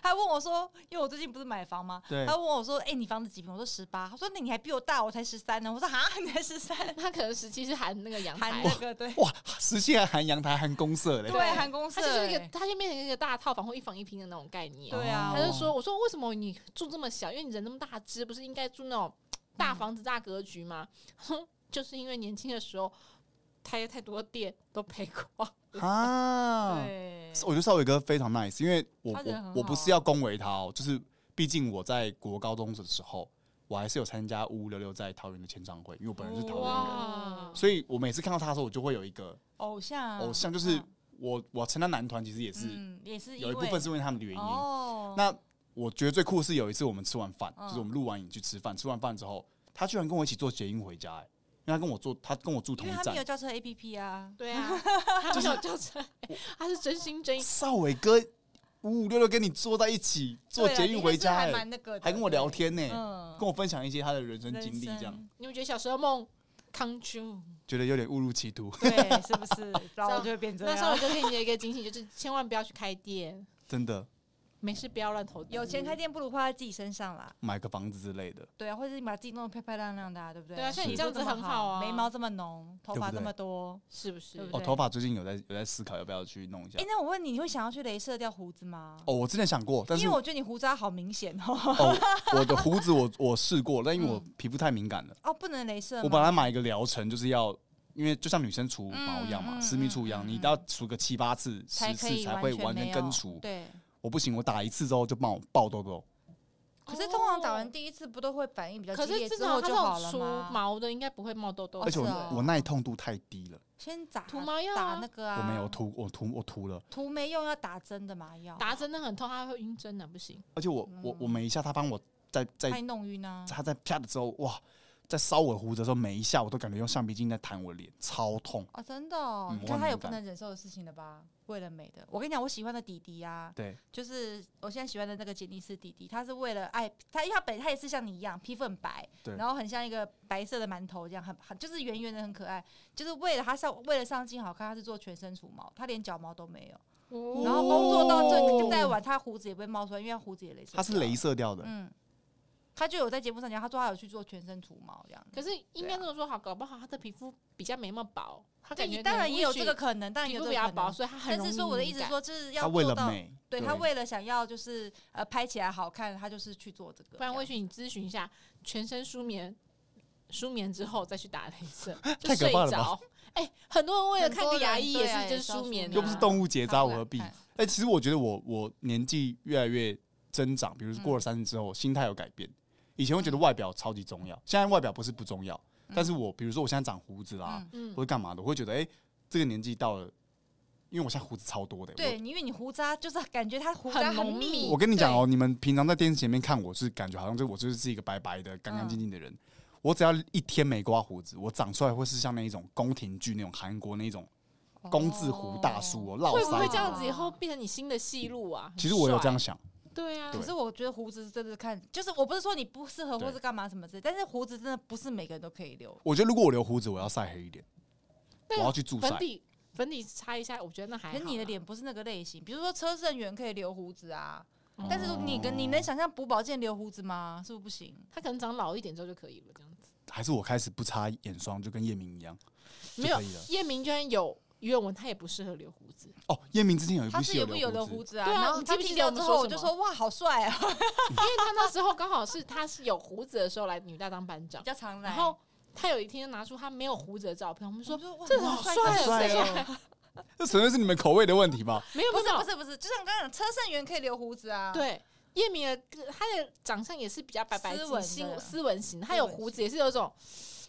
Speaker 3: 他问我说，因为我最近不是买房吗？
Speaker 4: 对
Speaker 3: 他问我说，哎，你房子几平？我说十八。他说那你还比我大，我才十三呢。我说哈，你才十三，
Speaker 2: 他他可能十七是含那个阳
Speaker 3: 含
Speaker 2: 台，
Speaker 3: 那 个对
Speaker 4: 哇，实际还含阳台、含公社嘞。
Speaker 3: 对，含公
Speaker 2: 他
Speaker 3: 社
Speaker 2: 就是一个
Speaker 3: 哎，
Speaker 2: 他就变成一个大套房或一房一厅的那种概念。
Speaker 3: 对啊
Speaker 2: 他就说：“我说为什么你住这么小？因为你人那么大只，不是应该住那种大房子、大格局吗？” 他说：“就是因为年轻的时候开太多店都赔光。
Speaker 4: 哦
Speaker 2: 嗯
Speaker 4: 啊，
Speaker 3: 对，
Speaker 4: 我觉得少伟哥非常 nice，因为我
Speaker 3: 他人很好啊
Speaker 4: 我我不是要恭维他哦，就是毕竟我在国高中的时候，我还是有参加五五六六在桃园的签唱会，因为我本人是
Speaker 3: 哦
Speaker 4: 桃园人，
Speaker 2: 哇
Speaker 4: 所以我每次看到他的时候，我就会有一个
Speaker 3: 偶像
Speaker 4: 偶像，就是
Speaker 3: 嗯
Speaker 4: 我我参加男团其实也是
Speaker 3: 嗯，也是
Speaker 4: 有一
Speaker 3: 因
Speaker 4: 部
Speaker 3: 为
Speaker 4: 分是因为他们的原因，
Speaker 3: 哦，
Speaker 4: 那我觉得最酷的是有一次我们吃完饭，
Speaker 3: 嗯
Speaker 4: 就是我们录完影去吃饭，吃完饭之后，他居然跟我一起坐捷运回家、欸，因为他跟我坐，他跟我住
Speaker 3: 因
Speaker 4: 同
Speaker 3: 为
Speaker 4: 一
Speaker 3: 他没有轿
Speaker 4: 站。
Speaker 3: 车 APP 啊”，
Speaker 2: 对啊，他没有叫车，他是真心真意。
Speaker 4: 少伟哥五五六六跟你坐在一起坐捷运回
Speaker 3: 对啊的
Speaker 4: 家、欸，
Speaker 3: 确是还蛮那个的，
Speaker 4: 还跟我聊天呢、
Speaker 3: 对，嗯
Speaker 4: 跟我分享一些他的人生
Speaker 3: 人
Speaker 4: 经历，这样
Speaker 3: 生
Speaker 2: 你们觉得小时候梦 come true？
Speaker 4: 觉得有点误入歧途，
Speaker 3: 对，是不是？然后
Speaker 2: 样
Speaker 3: 我就会变 这
Speaker 4: 啊
Speaker 2: 那稍
Speaker 3: 样
Speaker 2: 微。就给你的一个警醒就是，千万不要去开店，
Speaker 4: 真的
Speaker 2: 没事不要乱投资。
Speaker 3: 有钱开店不如花在自己身上啦，
Speaker 4: 买个房子之类的，
Speaker 3: 对啊，或者是你把自己弄得漂漂亮亮的、啊，对不对？
Speaker 2: 对啊像
Speaker 4: 你
Speaker 3: 皮肤
Speaker 2: 这样子
Speaker 3: 么
Speaker 2: 很好啊
Speaker 3: 眉毛这么浓，头
Speaker 4: 对不
Speaker 3: 发
Speaker 4: 对
Speaker 3: 这么多。
Speaker 2: 是不是
Speaker 3: 对？不
Speaker 4: 哦，头发最近有在有在思考要不要去弄一下
Speaker 3: 哎、。那我问你，你会想要去镭射掉胡子吗？
Speaker 4: 哦，我之前想过，但
Speaker 3: 因
Speaker 4: 是
Speaker 3: 为我觉得你胡渣好明显哦。
Speaker 4: 哦，我 的胡子我我试过，但因为我
Speaker 3: 嗯
Speaker 4: 皮肤太敏感了。
Speaker 3: 哦，不能镭射吗。
Speaker 4: 我本来买一个疗程，就是要，因为就像女生除毛一样嘛，
Speaker 3: 嗯嗯
Speaker 4: 私密处一样，
Speaker 3: 嗯
Speaker 4: 你
Speaker 3: 嗯
Speaker 4: 要除个七八次、
Speaker 3: 才
Speaker 4: 十
Speaker 3: 可
Speaker 4: 次
Speaker 3: 以
Speaker 4: 才会完
Speaker 3: 全
Speaker 4: 全
Speaker 3: 没
Speaker 4: 根
Speaker 3: 有
Speaker 4: 除。
Speaker 3: 对，
Speaker 4: 我不行，我打一次之后就爆爆痘痘。
Speaker 3: 可是通常打完第一次不都会反应比较
Speaker 2: 哦可
Speaker 3: 激
Speaker 2: 是
Speaker 3: 烈
Speaker 2: 这
Speaker 3: 之
Speaker 2: 种
Speaker 3: 后
Speaker 2: 它这
Speaker 3: 就好
Speaker 2: 种
Speaker 3: 了
Speaker 2: 除
Speaker 3: 吗？
Speaker 2: 毛的应该不会冒痘痘，
Speaker 3: 哦
Speaker 4: 而且我、
Speaker 3: 是哦
Speaker 4: 我耐痛度太低了，
Speaker 3: 先打
Speaker 2: 涂麻药啊
Speaker 3: 打那个啊，
Speaker 4: 我没有涂，我涂我涂了，
Speaker 3: 涂没用，要打针的麻药，
Speaker 2: 打针的很痛，它会晕针的，不行。
Speaker 4: 而且我
Speaker 3: 嗯
Speaker 4: 我我每一下他帮我在
Speaker 3: 怕
Speaker 4: 在
Speaker 3: 你弄晕啊。
Speaker 4: 他在啪的时候，哇，在烧我胡子的时候，每一下我都感觉用橡皮筋在弹我脸，超痛。
Speaker 3: 哦，真的、哦，
Speaker 4: 嗯
Speaker 3: 你
Speaker 4: 我
Speaker 3: 看
Speaker 4: 很
Speaker 3: 他有
Speaker 4: 敏
Speaker 3: 不
Speaker 4: 感
Speaker 3: 能忍受的事情了吧？为了美的，我跟你讲，我喜欢的弟弟啊，
Speaker 4: 对，
Speaker 3: 就是我现在喜欢的那个杰尼斯弟弟，他是为了爱他，因为他本他也是像你一样，皮肤很白，
Speaker 4: 对
Speaker 3: 然后很像一个白色的馒头这样，很很就是圆圆的，很可爱。就是为了他上为了上镜好看，他是做全身除毛，他连脚毛都没有。
Speaker 4: 哦
Speaker 3: 然后工作到这就再晚，他胡子也不会冒出来，因为他胡子也雷射。
Speaker 4: 他是镭，射掉的，
Speaker 3: 嗯，他就有在节目上讲，他说他有去做全身除毛这样。
Speaker 2: 可是应该这么说好，搞不好他的皮肤比较没那么薄，他
Speaker 3: 对
Speaker 2: 感觉
Speaker 3: 当然也有
Speaker 2: 可能
Speaker 3: 这
Speaker 2: 会
Speaker 3: 个可能，当然
Speaker 2: 皮
Speaker 3: 也有
Speaker 2: 肤
Speaker 3: 这
Speaker 2: 比
Speaker 3: 个
Speaker 2: 较
Speaker 3: 可
Speaker 2: 薄，
Speaker 3: 能。
Speaker 2: 所以他很
Speaker 3: 但
Speaker 2: 容易
Speaker 3: 是
Speaker 2: 敏感。
Speaker 3: 说我的意思是说，就是要
Speaker 4: 他为
Speaker 3: 做
Speaker 4: 了
Speaker 3: 到，
Speaker 4: 美，
Speaker 3: 对他为了想要就是呃拍起来好看，他就是去做这个。
Speaker 2: 不然
Speaker 3: 这
Speaker 2: 魏
Speaker 3: 样
Speaker 2: 旭你咨询一下，全身舒眠，舒眠之后再去打镭射，
Speaker 4: 太
Speaker 2: 就
Speaker 4: 可
Speaker 2: 睡
Speaker 4: 怕了吧
Speaker 2: 着，哎、很多人为了
Speaker 3: 很
Speaker 2: 看
Speaker 3: 多
Speaker 2: 个牙
Speaker 3: 人
Speaker 2: 医
Speaker 3: 对
Speaker 2: 也
Speaker 3: 啊
Speaker 2: 是
Speaker 3: 也
Speaker 2: 就是
Speaker 3: 要
Speaker 2: 舒
Speaker 3: 舒
Speaker 2: 眠、啊，
Speaker 3: 眠
Speaker 4: 又不是动物结扎，
Speaker 3: 好
Speaker 4: 我何
Speaker 3: 懒
Speaker 4: 必？哎
Speaker 3: 看、
Speaker 4: 其实我觉得我我年纪越来越增长，比如
Speaker 3: 嗯
Speaker 4: 说过了三十之后，心态有改变。以前会觉得外表超级重要，现在外表不是不重要，但是我比如说我现在长胡子啦，
Speaker 3: 嗯，
Speaker 2: 嗯
Speaker 4: 或，者干嘛的，我会觉得哎、这个年纪到了，因为我现在胡子超多的、
Speaker 3: 对，因为你胡渣就是感觉它胡
Speaker 2: 很
Speaker 3: 渣很
Speaker 2: 浓密
Speaker 3: 密，
Speaker 4: 我我跟你讲哦，你们平常在电视前面看我是感觉好像就我就是一个白白的、干干净净的人。我只要一天没刮胡子，我长出来会是像那一种宫廷剧那种韩国那种公字胡大叔哦，
Speaker 2: 会
Speaker 4: 络
Speaker 2: 不
Speaker 4: 腮
Speaker 2: 会
Speaker 4: 胡
Speaker 2: 这样子以后变成你新的戏路啊？很
Speaker 4: 其实我有这样
Speaker 2: 帅，
Speaker 4: 想，
Speaker 2: 对啊，
Speaker 4: 对
Speaker 3: 可是我觉得胡子是真的看，就是我不是说你不适合
Speaker 4: 对
Speaker 3: 或是干嘛什么之类，但是胡子真的不是每个人都可以留。
Speaker 4: 我觉得如果我留胡子，我要晒黑一点，我
Speaker 2: 但
Speaker 4: 要去助晒
Speaker 2: 粉。底粉底擦一下，我觉得那还
Speaker 3: 可
Speaker 2: 好啊
Speaker 3: 是你的
Speaker 2: 啦，
Speaker 3: 脸不是那个类型，比如说车胜元可以留胡子啊，
Speaker 2: 嗯
Speaker 3: 但是你跟你能想象朴宝剑留胡子吗？是不是不行？
Speaker 2: 他可能长老一点之后就可以了，这样子
Speaker 4: 还是我开始不擦眼霜，就跟叶明一样就
Speaker 2: 没有
Speaker 4: 可以了。
Speaker 2: 叶明居然有于文文，他也不适合留胡子，
Speaker 4: 哦，叶明之前有一
Speaker 3: 他
Speaker 4: 部
Speaker 3: 是
Speaker 4: 戏
Speaker 3: 有不有
Speaker 4: 留
Speaker 3: 留
Speaker 4: 胡
Speaker 3: 胡
Speaker 4: 子，
Speaker 3: 子啊？
Speaker 2: 对啊
Speaker 3: 然后
Speaker 2: 你记
Speaker 3: 他
Speaker 2: 不记
Speaker 3: 剃
Speaker 2: 得
Speaker 3: 掉
Speaker 2: 我
Speaker 3: 之
Speaker 2: 们
Speaker 3: 后，
Speaker 2: 说
Speaker 3: 我
Speaker 2: 什
Speaker 3: 就
Speaker 2: 么
Speaker 3: 说哇，好帅啊，
Speaker 2: 因为他那时候刚好是他是有胡子的时候来女大当班
Speaker 3: 比
Speaker 2: 长，
Speaker 3: 较常来。
Speaker 2: 然后他有一天拿出他没有胡子的照片，我们
Speaker 3: 我
Speaker 2: 说
Speaker 3: 说哇，
Speaker 2: 这
Speaker 3: 你
Speaker 2: 好
Speaker 3: 好
Speaker 2: 帅哦
Speaker 3: 帅哥帅
Speaker 2: 谁
Speaker 3: 哦
Speaker 4: 这纯粹是你们口味的问题吧？
Speaker 2: 没有
Speaker 3: 不
Speaker 2: 没
Speaker 3: 是
Speaker 2: 有
Speaker 3: 不是不是，就像刚刚讲，车胜元可以留胡子啊。，
Speaker 2: 对，叶明的个他的长相也是比较白白
Speaker 3: 斯
Speaker 2: 净、
Speaker 3: 文
Speaker 2: 斯
Speaker 3: 的
Speaker 2: 斯文型，他
Speaker 3: 斯
Speaker 2: 有
Speaker 3: 文
Speaker 2: 胡子也是有一种，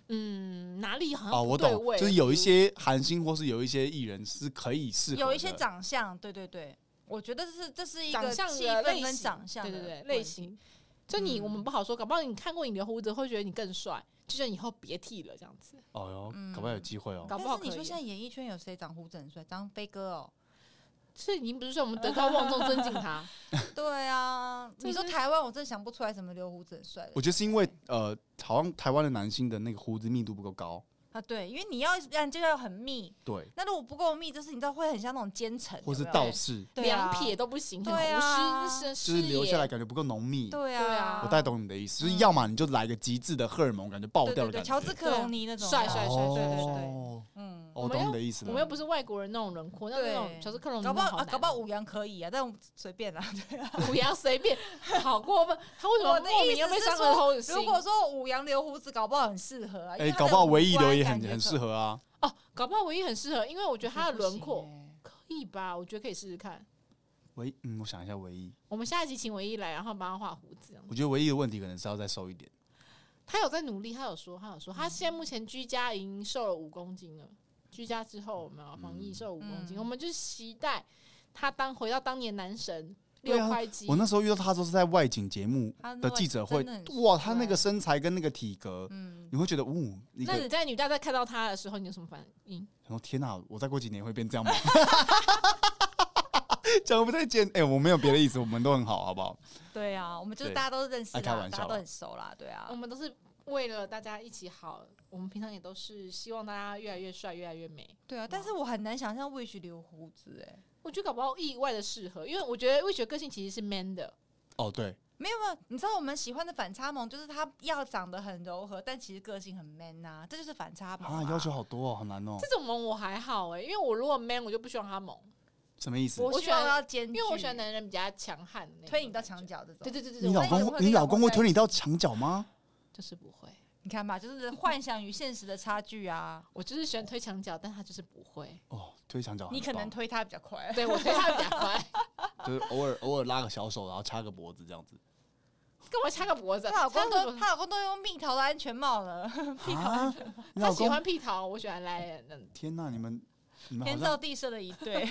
Speaker 2: 嗯，哪里好
Speaker 4: 哦，
Speaker 2: 像不
Speaker 4: 我
Speaker 2: 对
Speaker 4: 懂
Speaker 2: 味，，
Speaker 4: 就是有一些韩星或是有一些艺人是可以适合
Speaker 3: 有一些
Speaker 4: 的
Speaker 3: 长相，对对对，我觉得是这是一
Speaker 2: 长
Speaker 3: 个
Speaker 2: 相
Speaker 3: 气
Speaker 2: 的类
Speaker 3: 氛跟
Speaker 2: 型
Speaker 3: 长相
Speaker 2: 对
Speaker 3: 的
Speaker 2: 对对
Speaker 3: 问
Speaker 2: 类
Speaker 3: 题
Speaker 2: 型。就你我们
Speaker 3: 嗯
Speaker 2: 不好说，搞不好你看过你留胡子，会觉得你更帅，就叫你以后别剃了这样子。
Speaker 4: 哦哟，
Speaker 3: 嗯
Speaker 4: 搞不好有机会哦。
Speaker 2: 搞不好
Speaker 3: 但
Speaker 2: 可
Speaker 3: 是你说
Speaker 2: 以
Speaker 3: 现在演艺圈有谁长胡子很帅？张飞哥 哦，
Speaker 2: 所以您不是说我们德高 望重尊敬他，
Speaker 3: 对啊，
Speaker 2: 这
Speaker 3: 你说
Speaker 2: 是
Speaker 3: 台湾我真的想不出来什么留胡子很帅的
Speaker 4: 我觉得是因为呃，好像台湾的男星的那个胡子密度不够高，
Speaker 3: 啊，对，因为你要染就要很密，
Speaker 4: 对，
Speaker 3: 那如果不够密，就是你知道会很像那种奸臣，
Speaker 4: 或
Speaker 3: 有
Speaker 4: 是
Speaker 3: 没有
Speaker 4: 道士，
Speaker 3: 对
Speaker 2: 两
Speaker 3: 啊
Speaker 2: 撇都不行， 很
Speaker 3: 对
Speaker 2: 无
Speaker 3: 啊
Speaker 2: 视
Speaker 4: 就
Speaker 2: 视
Speaker 4: 是
Speaker 2: 野。
Speaker 4: 留下来感觉不够浓密。
Speaker 3: 对
Speaker 2: 对
Speaker 3: 啊
Speaker 2: 啊，
Speaker 4: 我大概懂你的意思，就是要么你就来个极致的荷尔蒙感觉爆
Speaker 3: 对
Speaker 4: 掉
Speaker 3: 对
Speaker 4: 的
Speaker 3: 对，
Speaker 4: 感觉，
Speaker 3: 乔治克
Speaker 2: 对
Speaker 3: 隆尼那种
Speaker 2: 帅
Speaker 3: 的
Speaker 2: 帅帅对对对
Speaker 4: 哦
Speaker 3: 嗯，
Speaker 4: 哦
Speaker 2: 我
Speaker 4: 我
Speaker 2: 们
Speaker 4: 懂
Speaker 2: 又
Speaker 4: 你的意思
Speaker 2: 我
Speaker 4: 了。
Speaker 2: 们又不是外国人那种轮廓，像那种
Speaker 3: 对
Speaker 2: 乔治克隆尼
Speaker 3: 搞不好
Speaker 2: 那种
Speaker 3: 啊
Speaker 2: 好
Speaker 3: 搞不好
Speaker 2: 难哦
Speaker 3: 五羊可以啊，但我随便啦。
Speaker 2: 虎牙随便，好过分。他为什么
Speaker 3: 我的
Speaker 2: 莫名
Speaker 3: 意
Speaker 2: 要
Speaker 3: 思
Speaker 2: 被
Speaker 3: 是
Speaker 2: 伤
Speaker 3: 说
Speaker 2: 了好心？
Speaker 3: 如果说五羊留胡子，搞不好很适合啊，因
Speaker 4: 哎、
Speaker 3: 为他
Speaker 4: 搞不
Speaker 3: 的
Speaker 4: 好
Speaker 3: 五
Speaker 4: 唯一留
Speaker 3: 官
Speaker 4: 也
Speaker 3: 感
Speaker 4: 很
Speaker 3: 觉
Speaker 4: 很
Speaker 3: 可
Speaker 4: 适合啊。
Speaker 2: 哦，搞不好唯一很适合，因为我觉得他的
Speaker 3: 不
Speaker 2: 轮
Speaker 3: 行
Speaker 2: 廓
Speaker 3: 欸
Speaker 2: 可以吧，我觉得可以试试看。
Speaker 4: 唯嗯，我想一下，唯一，
Speaker 2: 我们下一集请唯一来，然后帮他画胡子这样子。
Speaker 4: 我觉得唯一的问题可能是要再瘦一点。
Speaker 2: 他有在努力，他有说，他有说，他现在目前居家已经瘦了五公斤了。居家之后，我们要防疫
Speaker 4: 嗯
Speaker 2: 瘦了五公斤，
Speaker 3: 嗯
Speaker 2: 我们就是期待他当回到当年男神
Speaker 4: 对
Speaker 2: 六
Speaker 4: 啊
Speaker 2: 块肌。
Speaker 4: 我那时候遇到他都是在外景节目
Speaker 3: 他那
Speaker 4: 的
Speaker 3: 外
Speaker 4: 记者会
Speaker 3: 嗯真的，很
Speaker 4: 哇，他那个
Speaker 3: 帅
Speaker 4: 身材跟那个体格，
Speaker 3: 嗯，
Speaker 4: 你会觉得，呜、一个
Speaker 2: 那，你在女大在看到他的时候，你有什么反应？
Speaker 4: 然后天哪、我再过几年会变这样吗？ 讲得不太简，哎、我没有别的意思，我们都很好，好不好？
Speaker 3: 对啊，我们就是
Speaker 4: 对哎
Speaker 3: 大家都认识
Speaker 4: 爱开
Speaker 3: 啦，
Speaker 4: 玩
Speaker 3: 大
Speaker 4: 笑
Speaker 3: 家都
Speaker 4: 啦
Speaker 3: 很熟啦，对啊
Speaker 2: 我，们都是为了大家一起好，我们平常也都是希望大家越来越帅，越来越美。
Speaker 3: 对啊，但是我很难想象 wish 留胡子，哎，
Speaker 2: 我觉得搞不好意外的适合，因为我觉得魏雪个性其实是 man 的，
Speaker 4: 哦，对，
Speaker 3: 没有没有，你知道我们喜欢的反差萌就是他要长得很柔和，但其实个性很 man 呐、这就是反差萌
Speaker 4: 啊，要求好多哦，好难哦
Speaker 2: 这，种萌我还好哎、因为我如果 man 我就不希望他萌，
Speaker 4: 什么意思？
Speaker 2: 我
Speaker 3: 我
Speaker 2: 喜
Speaker 3: 喜
Speaker 2: 欢
Speaker 3: 欢要兼
Speaker 2: 因
Speaker 3: 具，
Speaker 2: 为我喜欢男人比较强悍的那种
Speaker 3: 嗯推你到
Speaker 2: 感
Speaker 3: 墙
Speaker 2: 觉。
Speaker 3: 角这种。
Speaker 2: 对对对对对，
Speaker 4: 你
Speaker 2: 我
Speaker 4: 老
Speaker 3: 那你
Speaker 4: 公，
Speaker 3: 会
Speaker 4: 你
Speaker 3: 跟
Speaker 4: 老
Speaker 3: 老
Speaker 4: 公
Speaker 3: 公
Speaker 4: 会
Speaker 3: 在
Speaker 4: 推你到墙角吗？
Speaker 2: 就是不会，
Speaker 3: 你看吧，就是幻想与现实的差距啊。
Speaker 2: 我就是喜欢推墙角，但他就是不会。
Speaker 4: 哦，推墙角很棒，
Speaker 3: 你可能推他比较快，
Speaker 2: 对我推他比较 快，
Speaker 4: 就是偶尔偶尔拉个小手，然后掐个脖子这样子。
Speaker 2: 干嘛掐个脖子？
Speaker 3: 她老公
Speaker 2: 掐个
Speaker 3: 都
Speaker 2: 脖子
Speaker 3: 她老公都用蜜桃的安全帽了，
Speaker 4: 啊，你
Speaker 2: 他
Speaker 4: 老
Speaker 2: 喜
Speaker 4: 公，
Speaker 2: 欢屁桃，我喜欢来嗯
Speaker 4: 天哪，你们你们好
Speaker 3: 天造
Speaker 4: 像
Speaker 3: 地设的一 对，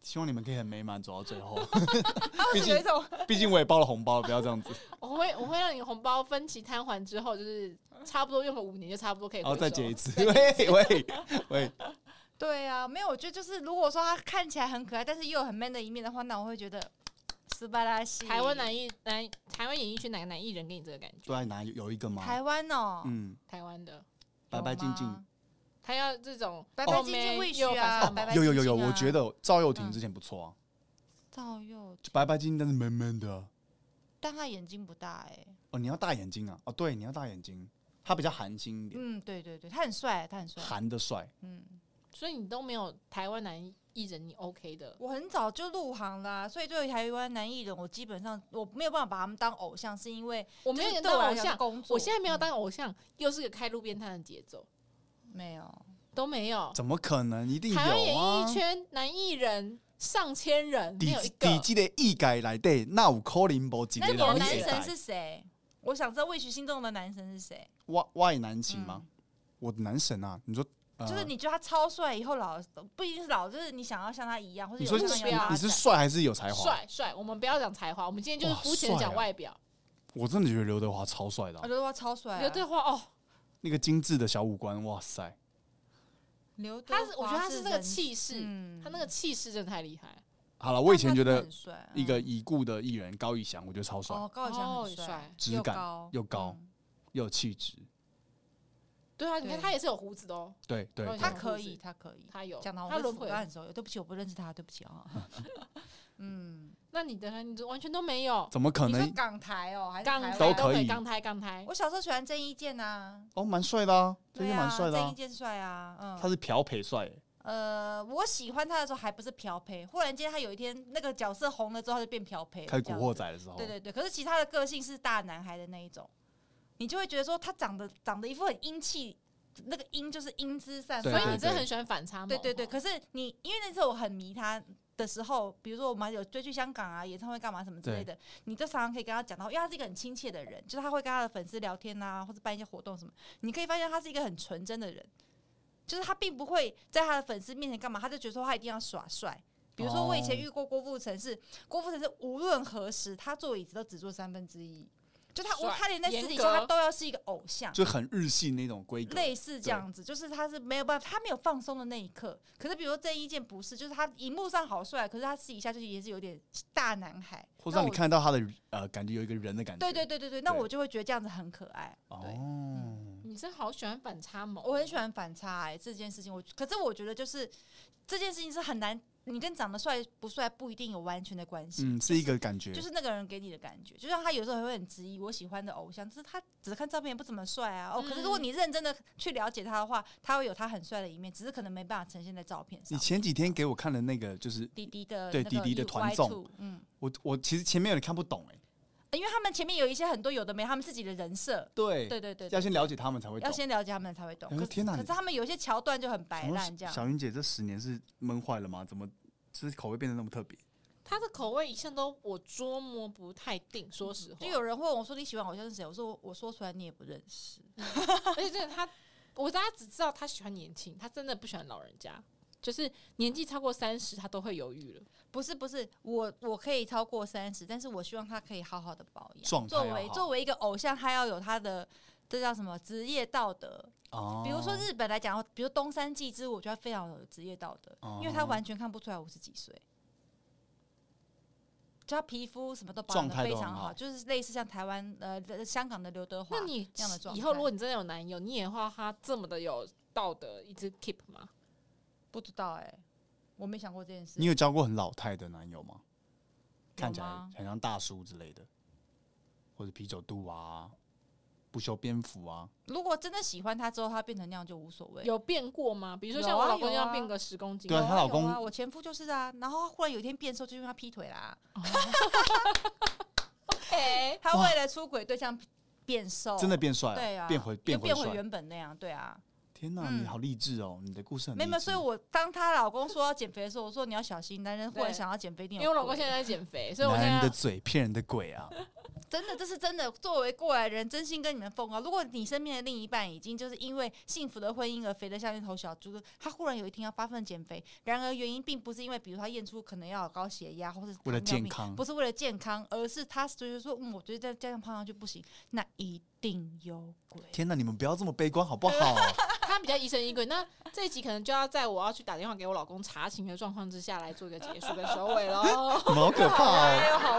Speaker 4: 希望你们可以很美满走到最后。
Speaker 3: 他
Speaker 4: 毕
Speaker 3: 们有一
Speaker 4: 竟
Speaker 3: 种
Speaker 4: 毕竟我也包了红包，不要这样子，
Speaker 2: 我会我会让你红包分期摊还之后，就是差不多用个五年就差不多可以。
Speaker 4: 然哦后再结一。次。喂喂喂，
Speaker 3: 对啊，没有，我觉得就是如果说他看起来很可爱，但是又有很 man 的一面的话，那我会觉得斯巴拉西
Speaker 2: 台湾男艺男台湾演艺圈哪个男艺人给你这个感觉？
Speaker 4: 对啊，哪有一个吗？
Speaker 3: 台湾哦，
Speaker 4: 嗯，
Speaker 2: 台湾的，
Speaker 4: 白白净
Speaker 3: 有
Speaker 4: 净
Speaker 3: 吗，
Speaker 2: 他要这种
Speaker 3: 白白
Speaker 2: 欧
Speaker 3: 净
Speaker 2: 美
Speaker 3: 净未许
Speaker 2: 又反
Speaker 3: 啊，
Speaker 2: 常
Speaker 3: 白白
Speaker 4: 有有
Speaker 3: 净
Speaker 4: 有有，
Speaker 3: 净啊
Speaker 4: 我觉得赵又廷之前不错啊，
Speaker 3: 赵又廷，
Speaker 4: 就白白净净，但是闷闷的啊。
Speaker 3: 但他眼睛不大哎、
Speaker 4: 哦，你要大眼睛啊？哦，对，你要大眼睛，他比较韩星一点，
Speaker 3: 嗯，对对对，他很帅，他很帅，
Speaker 4: 韩的帅。
Speaker 3: 嗯，
Speaker 2: 所以你都没有台湾男艺人你 OK 的，
Speaker 3: 我很早就入行啦、所以对于台湾男艺人，我基本上我没有办法把他们当偶像，是因为
Speaker 2: 我
Speaker 3: 我
Speaker 2: 没有人
Speaker 3: 对
Speaker 2: 当
Speaker 3: 我来
Speaker 2: 偶
Speaker 3: 讲是
Speaker 2: 像，
Speaker 4: 嗯
Speaker 3: 工作，
Speaker 2: 我现在没有
Speaker 3: 嗯
Speaker 2: 当偶像，又是个开路边摊的节奏。
Speaker 3: 没有，
Speaker 2: 都没有。
Speaker 4: 怎么可能？一定
Speaker 2: 台湾
Speaker 4: 有
Speaker 2: 演
Speaker 4: 啊
Speaker 2: 艺！圈男艺人上千人，没
Speaker 4: 底
Speaker 2: 有一
Speaker 4: 底
Speaker 2: 个。
Speaker 4: 基的艺改来对，那有可能无一
Speaker 3: 那
Speaker 4: 个
Speaker 3: 你的
Speaker 4: 人
Speaker 2: 了
Speaker 3: 男
Speaker 2: 解
Speaker 3: 神
Speaker 4: 会改。
Speaker 3: 是谁？我想知道魏许心中的男神是谁，
Speaker 4: 我我的男情吗？我的男神啊！你说，呃
Speaker 3: 嗯就是你觉得他超帅，以后老不一定是老，就是你想要像他一样，或者
Speaker 4: 你说
Speaker 3: 有
Speaker 4: 你
Speaker 3: 像他一样
Speaker 2: 目标
Speaker 3: 发
Speaker 4: 你是
Speaker 3: 展
Speaker 4: 帅还是有才华？
Speaker 2: 帅帅，我们不要讲才华，我们今天就是
Speaker 4: 哇
Speaker 2: 肤浅地
Speaker 4: 帅
Speaker 2: 讲
Speaker 4: 啊
Speaker 2: 外表。
Speaker 4: 我真的觉得刘德华超帅的
Speaker 3: 我
Speaker 4: 啊，
Speaker 3: 觉得他超帅啊、
Speaker 2: 刘德华哦，
Speaker 4: 那个精致的小五官，哇塞！
Speaker 3: 刘德华
Speaker 2: 他是我觉得他是那个
Speaker 3: 人
Speaker 2: 气势，
Speaker 3: 嗯
Speaker 2: 他那个气势真的太厉害。
Speaker 4: 好了，我以前觉
Speaker 3: 但他
Speaker 4: 得
Speaker 3: 很帅啊
Speaker 4: 一个已故的艺人高以翔，我觉得超帅，
Speaker 3: 哦，高以翔很
Speaker 2: 哦帅
Speaker 4: 质
Speaker 3: 又
Speaker 4: 感
Speaker 3: 高
Speaker 4: 又高
Speaker 3: 嗯
Speaker 4: 又有气质。
Speaker 2: 对啊，你看
Speaker 3: 对
Speaker 2: 他也是有胡子的哦，
Speaker 4: 对对
Speaker 2: 高以
Speaker 4: 对
Speaker 3: 他
Speaker 2: 翔
Speaker 3: 可以，他可以。
Speaker 2: 他有，
Speaker 3: 讲到
Speaker 2: 他轮
Speaker 3: 我轮
Speaker 2: 回
Speaker 3: 回。他很熟，对不起，我不认识他，对不 起啊、嗯，
Speaker 2: 那你的呢？你这完全都没有，
Speaker 4: 怎么可
Speaker 3: 你说
Speaker 4: 能？
Speaker 3: 港台哦，还是
Speaker 2: 港
Speaker 3: 台
Speaker 2: 台
Speaker 3: 湾
Speaker 4: 都可以
Speaker 2: 港台港台
Speaker 3: 我。小时候喜欢郑伊健呐，
Speaker 4: 哦，蛮帅的啊，最
Speaker 3: 对
Speaker 4: 近蛮帅的
Speaker 3: 啊，郑
Speaker 4: 啊
Speaker 3: 伊。健帅啊，嗯，
Speaker 4: 他是朴培帅欸，
Speaker 3: 呃，我喜欢他的时候还不是朴培，忽然间他有一天那个角色红了之后，他就变朴培了，
Speaker 4: 开
Speaker 3: 这
Speaker 4: 古
Speaker 3: 样
Speaker 4: 惑仔的哦时候
Speaker 3: 对，对对，可是其他的个性是大男孩的那一种，你就会觉得说他长得长得一副很英气，那个英就是英姿散发。
Speaker 4: 对
Speaker 2: 所以
Speaker 4: 对
Speaker 2: 你真的很喜欢反差萌。
Speaker 3: 对对对，
Speaker 2: 哦
Speaker 3: 可是你因为那时候我很迷他的时候，比如说我们有追去香港啊，演唱会干嘛什么之类的，你就常常可以跟他讲到，因为他是一个很亲切的人，就是他会跟他的粉丝聊天啊，或者办一些活动什么，你可以发现他是一个很纯真的人，就是他并不会在他的粉丝面前干嘛，他就觉得说他一定要耍帅。比如说，我以前
Speaker 4: 哦
Speaker 3: 遇过郭富城是，郭富城是无论何时他坐椅子都只坐三分之一，就他无
Speaker 2: 帅
Speaker 3: 他连在私底
Speaker 2: 严格
Speaker 3: 下他都要是一个偶像，
Speaker 4: 就很日系那种规格。
Speaker 3: 类似这样子，就是他是没有办法，他没有放松的那一刻。可是比如说郑伊健不是，就是他荧幕上好帅，可是他私底下就是也是有点大男孩，
Speaker 4: 或
Speaker 3: 那
Speaker 4: 者让你
Speaker 3: 我
Speaker 4: 看到他的呃，感觉有一个人的感觉。
Speaker 3: 对对对对对，那
Speaker 4: 对
Speaker 3: 我就会觉得这样子很可爱。对，
Speaker 4: 哦，
Speaker 2: 你真的好喜欢反差萌。
Speaker 3: 我很喜欢反差、欸、这件事情我，可是我觉得就是这件事情是很难，你跟长得帅不帅不一定有完全的关系。
Speaker 4: 嗯，是一个感觉，
Speaker 3: 就是那个人给你的感觉，就像他有时候还会很质疑我喜欢的偶像，只是他只看照片也不怎么帅啊。哦，可是如果
Speaker 4: 嗯
Speaker 3: 你认真的去了解他的话，他会有他很帅的一面，只是可能没办法呈现在照片上
Speaker 4: 你。前几天给我看的那个，就是
Speaker 3: 滴滴的
Speaker 4: 对
Speaker 3: 那
Speaker 4: 滴
Speaker 3: 个
Speaker 4: 滴的
Speaker 3: U-
Speaker 4: 团
Speaker 3: Y2
Speaker 4: 综，
Speaker 3: 嗯，呃
Speaker 4: 我我其实前面有点看不懂哎、
Speaker 3: 因为他们前面有一些很多有的没，他们自己的人设，
Speaker 4: 对
Speaker 3: 对对对，
Speaker 4: 要
Speaker 3: 对
Speaker 4: 先了解他们才会懂
Speaker 3: 要。先了解他们才会懂。
Speaker 4: 哎呦
Speaker 3: 可是
Speaker 4: 天哪
Speaker 3: 可是
Speaker 4: 你
Speaker 3: 他们有一些桥段就很白
Speaker 4: 想说
Speaker 3: 烂这样，
Speaker 4: 小云姐这十年是闷坏了吗？怎么就是口味变得那么特别？
Speaker 2: 他的口味一向都我捉摸不太定，说实话。
Speaker 3: 就有人会问我说你喜欢偶像是谁？我说我说出来你也不认识。
Speaker 2: 而且真的他，我大家只知道他喜欢年轻，他真的不喜欢老人家。就是年纪超过三十，他都会犹豫了。
Speaker 3: 不是不是，我我可以超过三十，但是我希望他可以好好的保养。
Speaker 4: 状态
Speaker 3: 作
Speaker 4: 要
Speaker 3: 为
Speaker 4: 好
Speaker 3: 作为一个偶像，他要有他的这叫什么职业道德。
Speaker 4: 哦
Speaker 3: 比如说日本来讲，比如东山纪之，我觉得他非常有职业道德，因为他
Speaker 4: 哦
Speaker 3: 完全看不出来五十几岁，就他皮肤什么都保
Speaker 4: 状
Speaker 3: 养的
Speaker 4: 态
Speaker 3: 非
Speaker 4: 都很
Speaker 3: 常
Speaker 4: 好
Speaker 3: 好，就是类似像台湾呃香港的刘德华
Speaker 2: 那你
Speaker 3: 这样的状态。
Speaker 2: 以后如果你真的有男友，你也会要他这么的有道德，一直 keep 吗？
Speaker 3: 不知道哎、我没想过这件事，
Speaker 4: 你有交过很老态的男友吗？看起来
Speaker 3: 吗
Speaker 4: 很像大叔之类的，或者啤酒肚啊，不修边幅啊，
Speaker 3: 如果真的喜欢他之后，他变成那样就无所谓。
Speaker 2: 有变过吗？比如说
Speaker 3: 有
Speaker 2: 像我
Speaker 3: 啊
Speaker 2: 老公一
Speaker 3: 有
Speaker 2: 样
Speaker 3: 啊
Speaker 2: 变个十公斤，
Speaker 4: 对啊
Speaker 3: 有
Speaker 4: 她老公
Speaker 3: 有啊，我前夫就是啊，然后忽然有一天变瘦，就因为他劈腿 啦。
Speaker 2: 哎，
Speaker 3: 他为了出轨对象变瘦，
Speaker 4: 真的变帅了，
Speaker 3: 对啊，
Speaker 4: 变回
Speaker 3: 又
Speaker 4: 变回
Speaker 3: 变回
Speaker 4: 帅。
Speaker 3: 原本那样，对啊。
Speaker 4: 天哪，
Speaker 3: 嗯
Speaker 4: 你好励志哦！你的故事很
Speaker 3: 没有，没有
Speaker 4: 励
Speaker 3: 所以
Speaker 4: 志
Speaker 3: 我当她老公说要减肥的时候，我说你要小心，男人忽然
Speaker 2: 对
Speaker 3: 想要减肥，因
Speaker 2: 因为我老公现在在减肥，所以我现
Speaker 4: 男人
Speaker 2: 在
Speaker 4: 的嘴骗人的鬼 啊！
Speaker 3: 真的这是真的，作为过来人，真心跟你们奉告。如果你身边的另一半已经就是因为幸福的婚姻而肥得像一头小猪，他忽然有一天要发奋减肥，然而原因并不是因为比如他验出可能要有高血压或是
Speaker 4: 为
Speaker 3: 糖尿
Speaker 4: 了健
Speaker 3: 病
Speaker 4: 康
Speaker 3: 不，是为了健康，而是他觉得说，嗯，我觉得再这样胖上去不行，那一定有鬼。
Speaker 4: 天哪，你们不要这么悲观好 不好？
Speaker 2: 他比较疑神疑鬼。那这一集可能就要在我 要去打电话给我老公查情的状况之下来做一个结束跟收尾喽。
Speaker 4: 你们好可怕哦！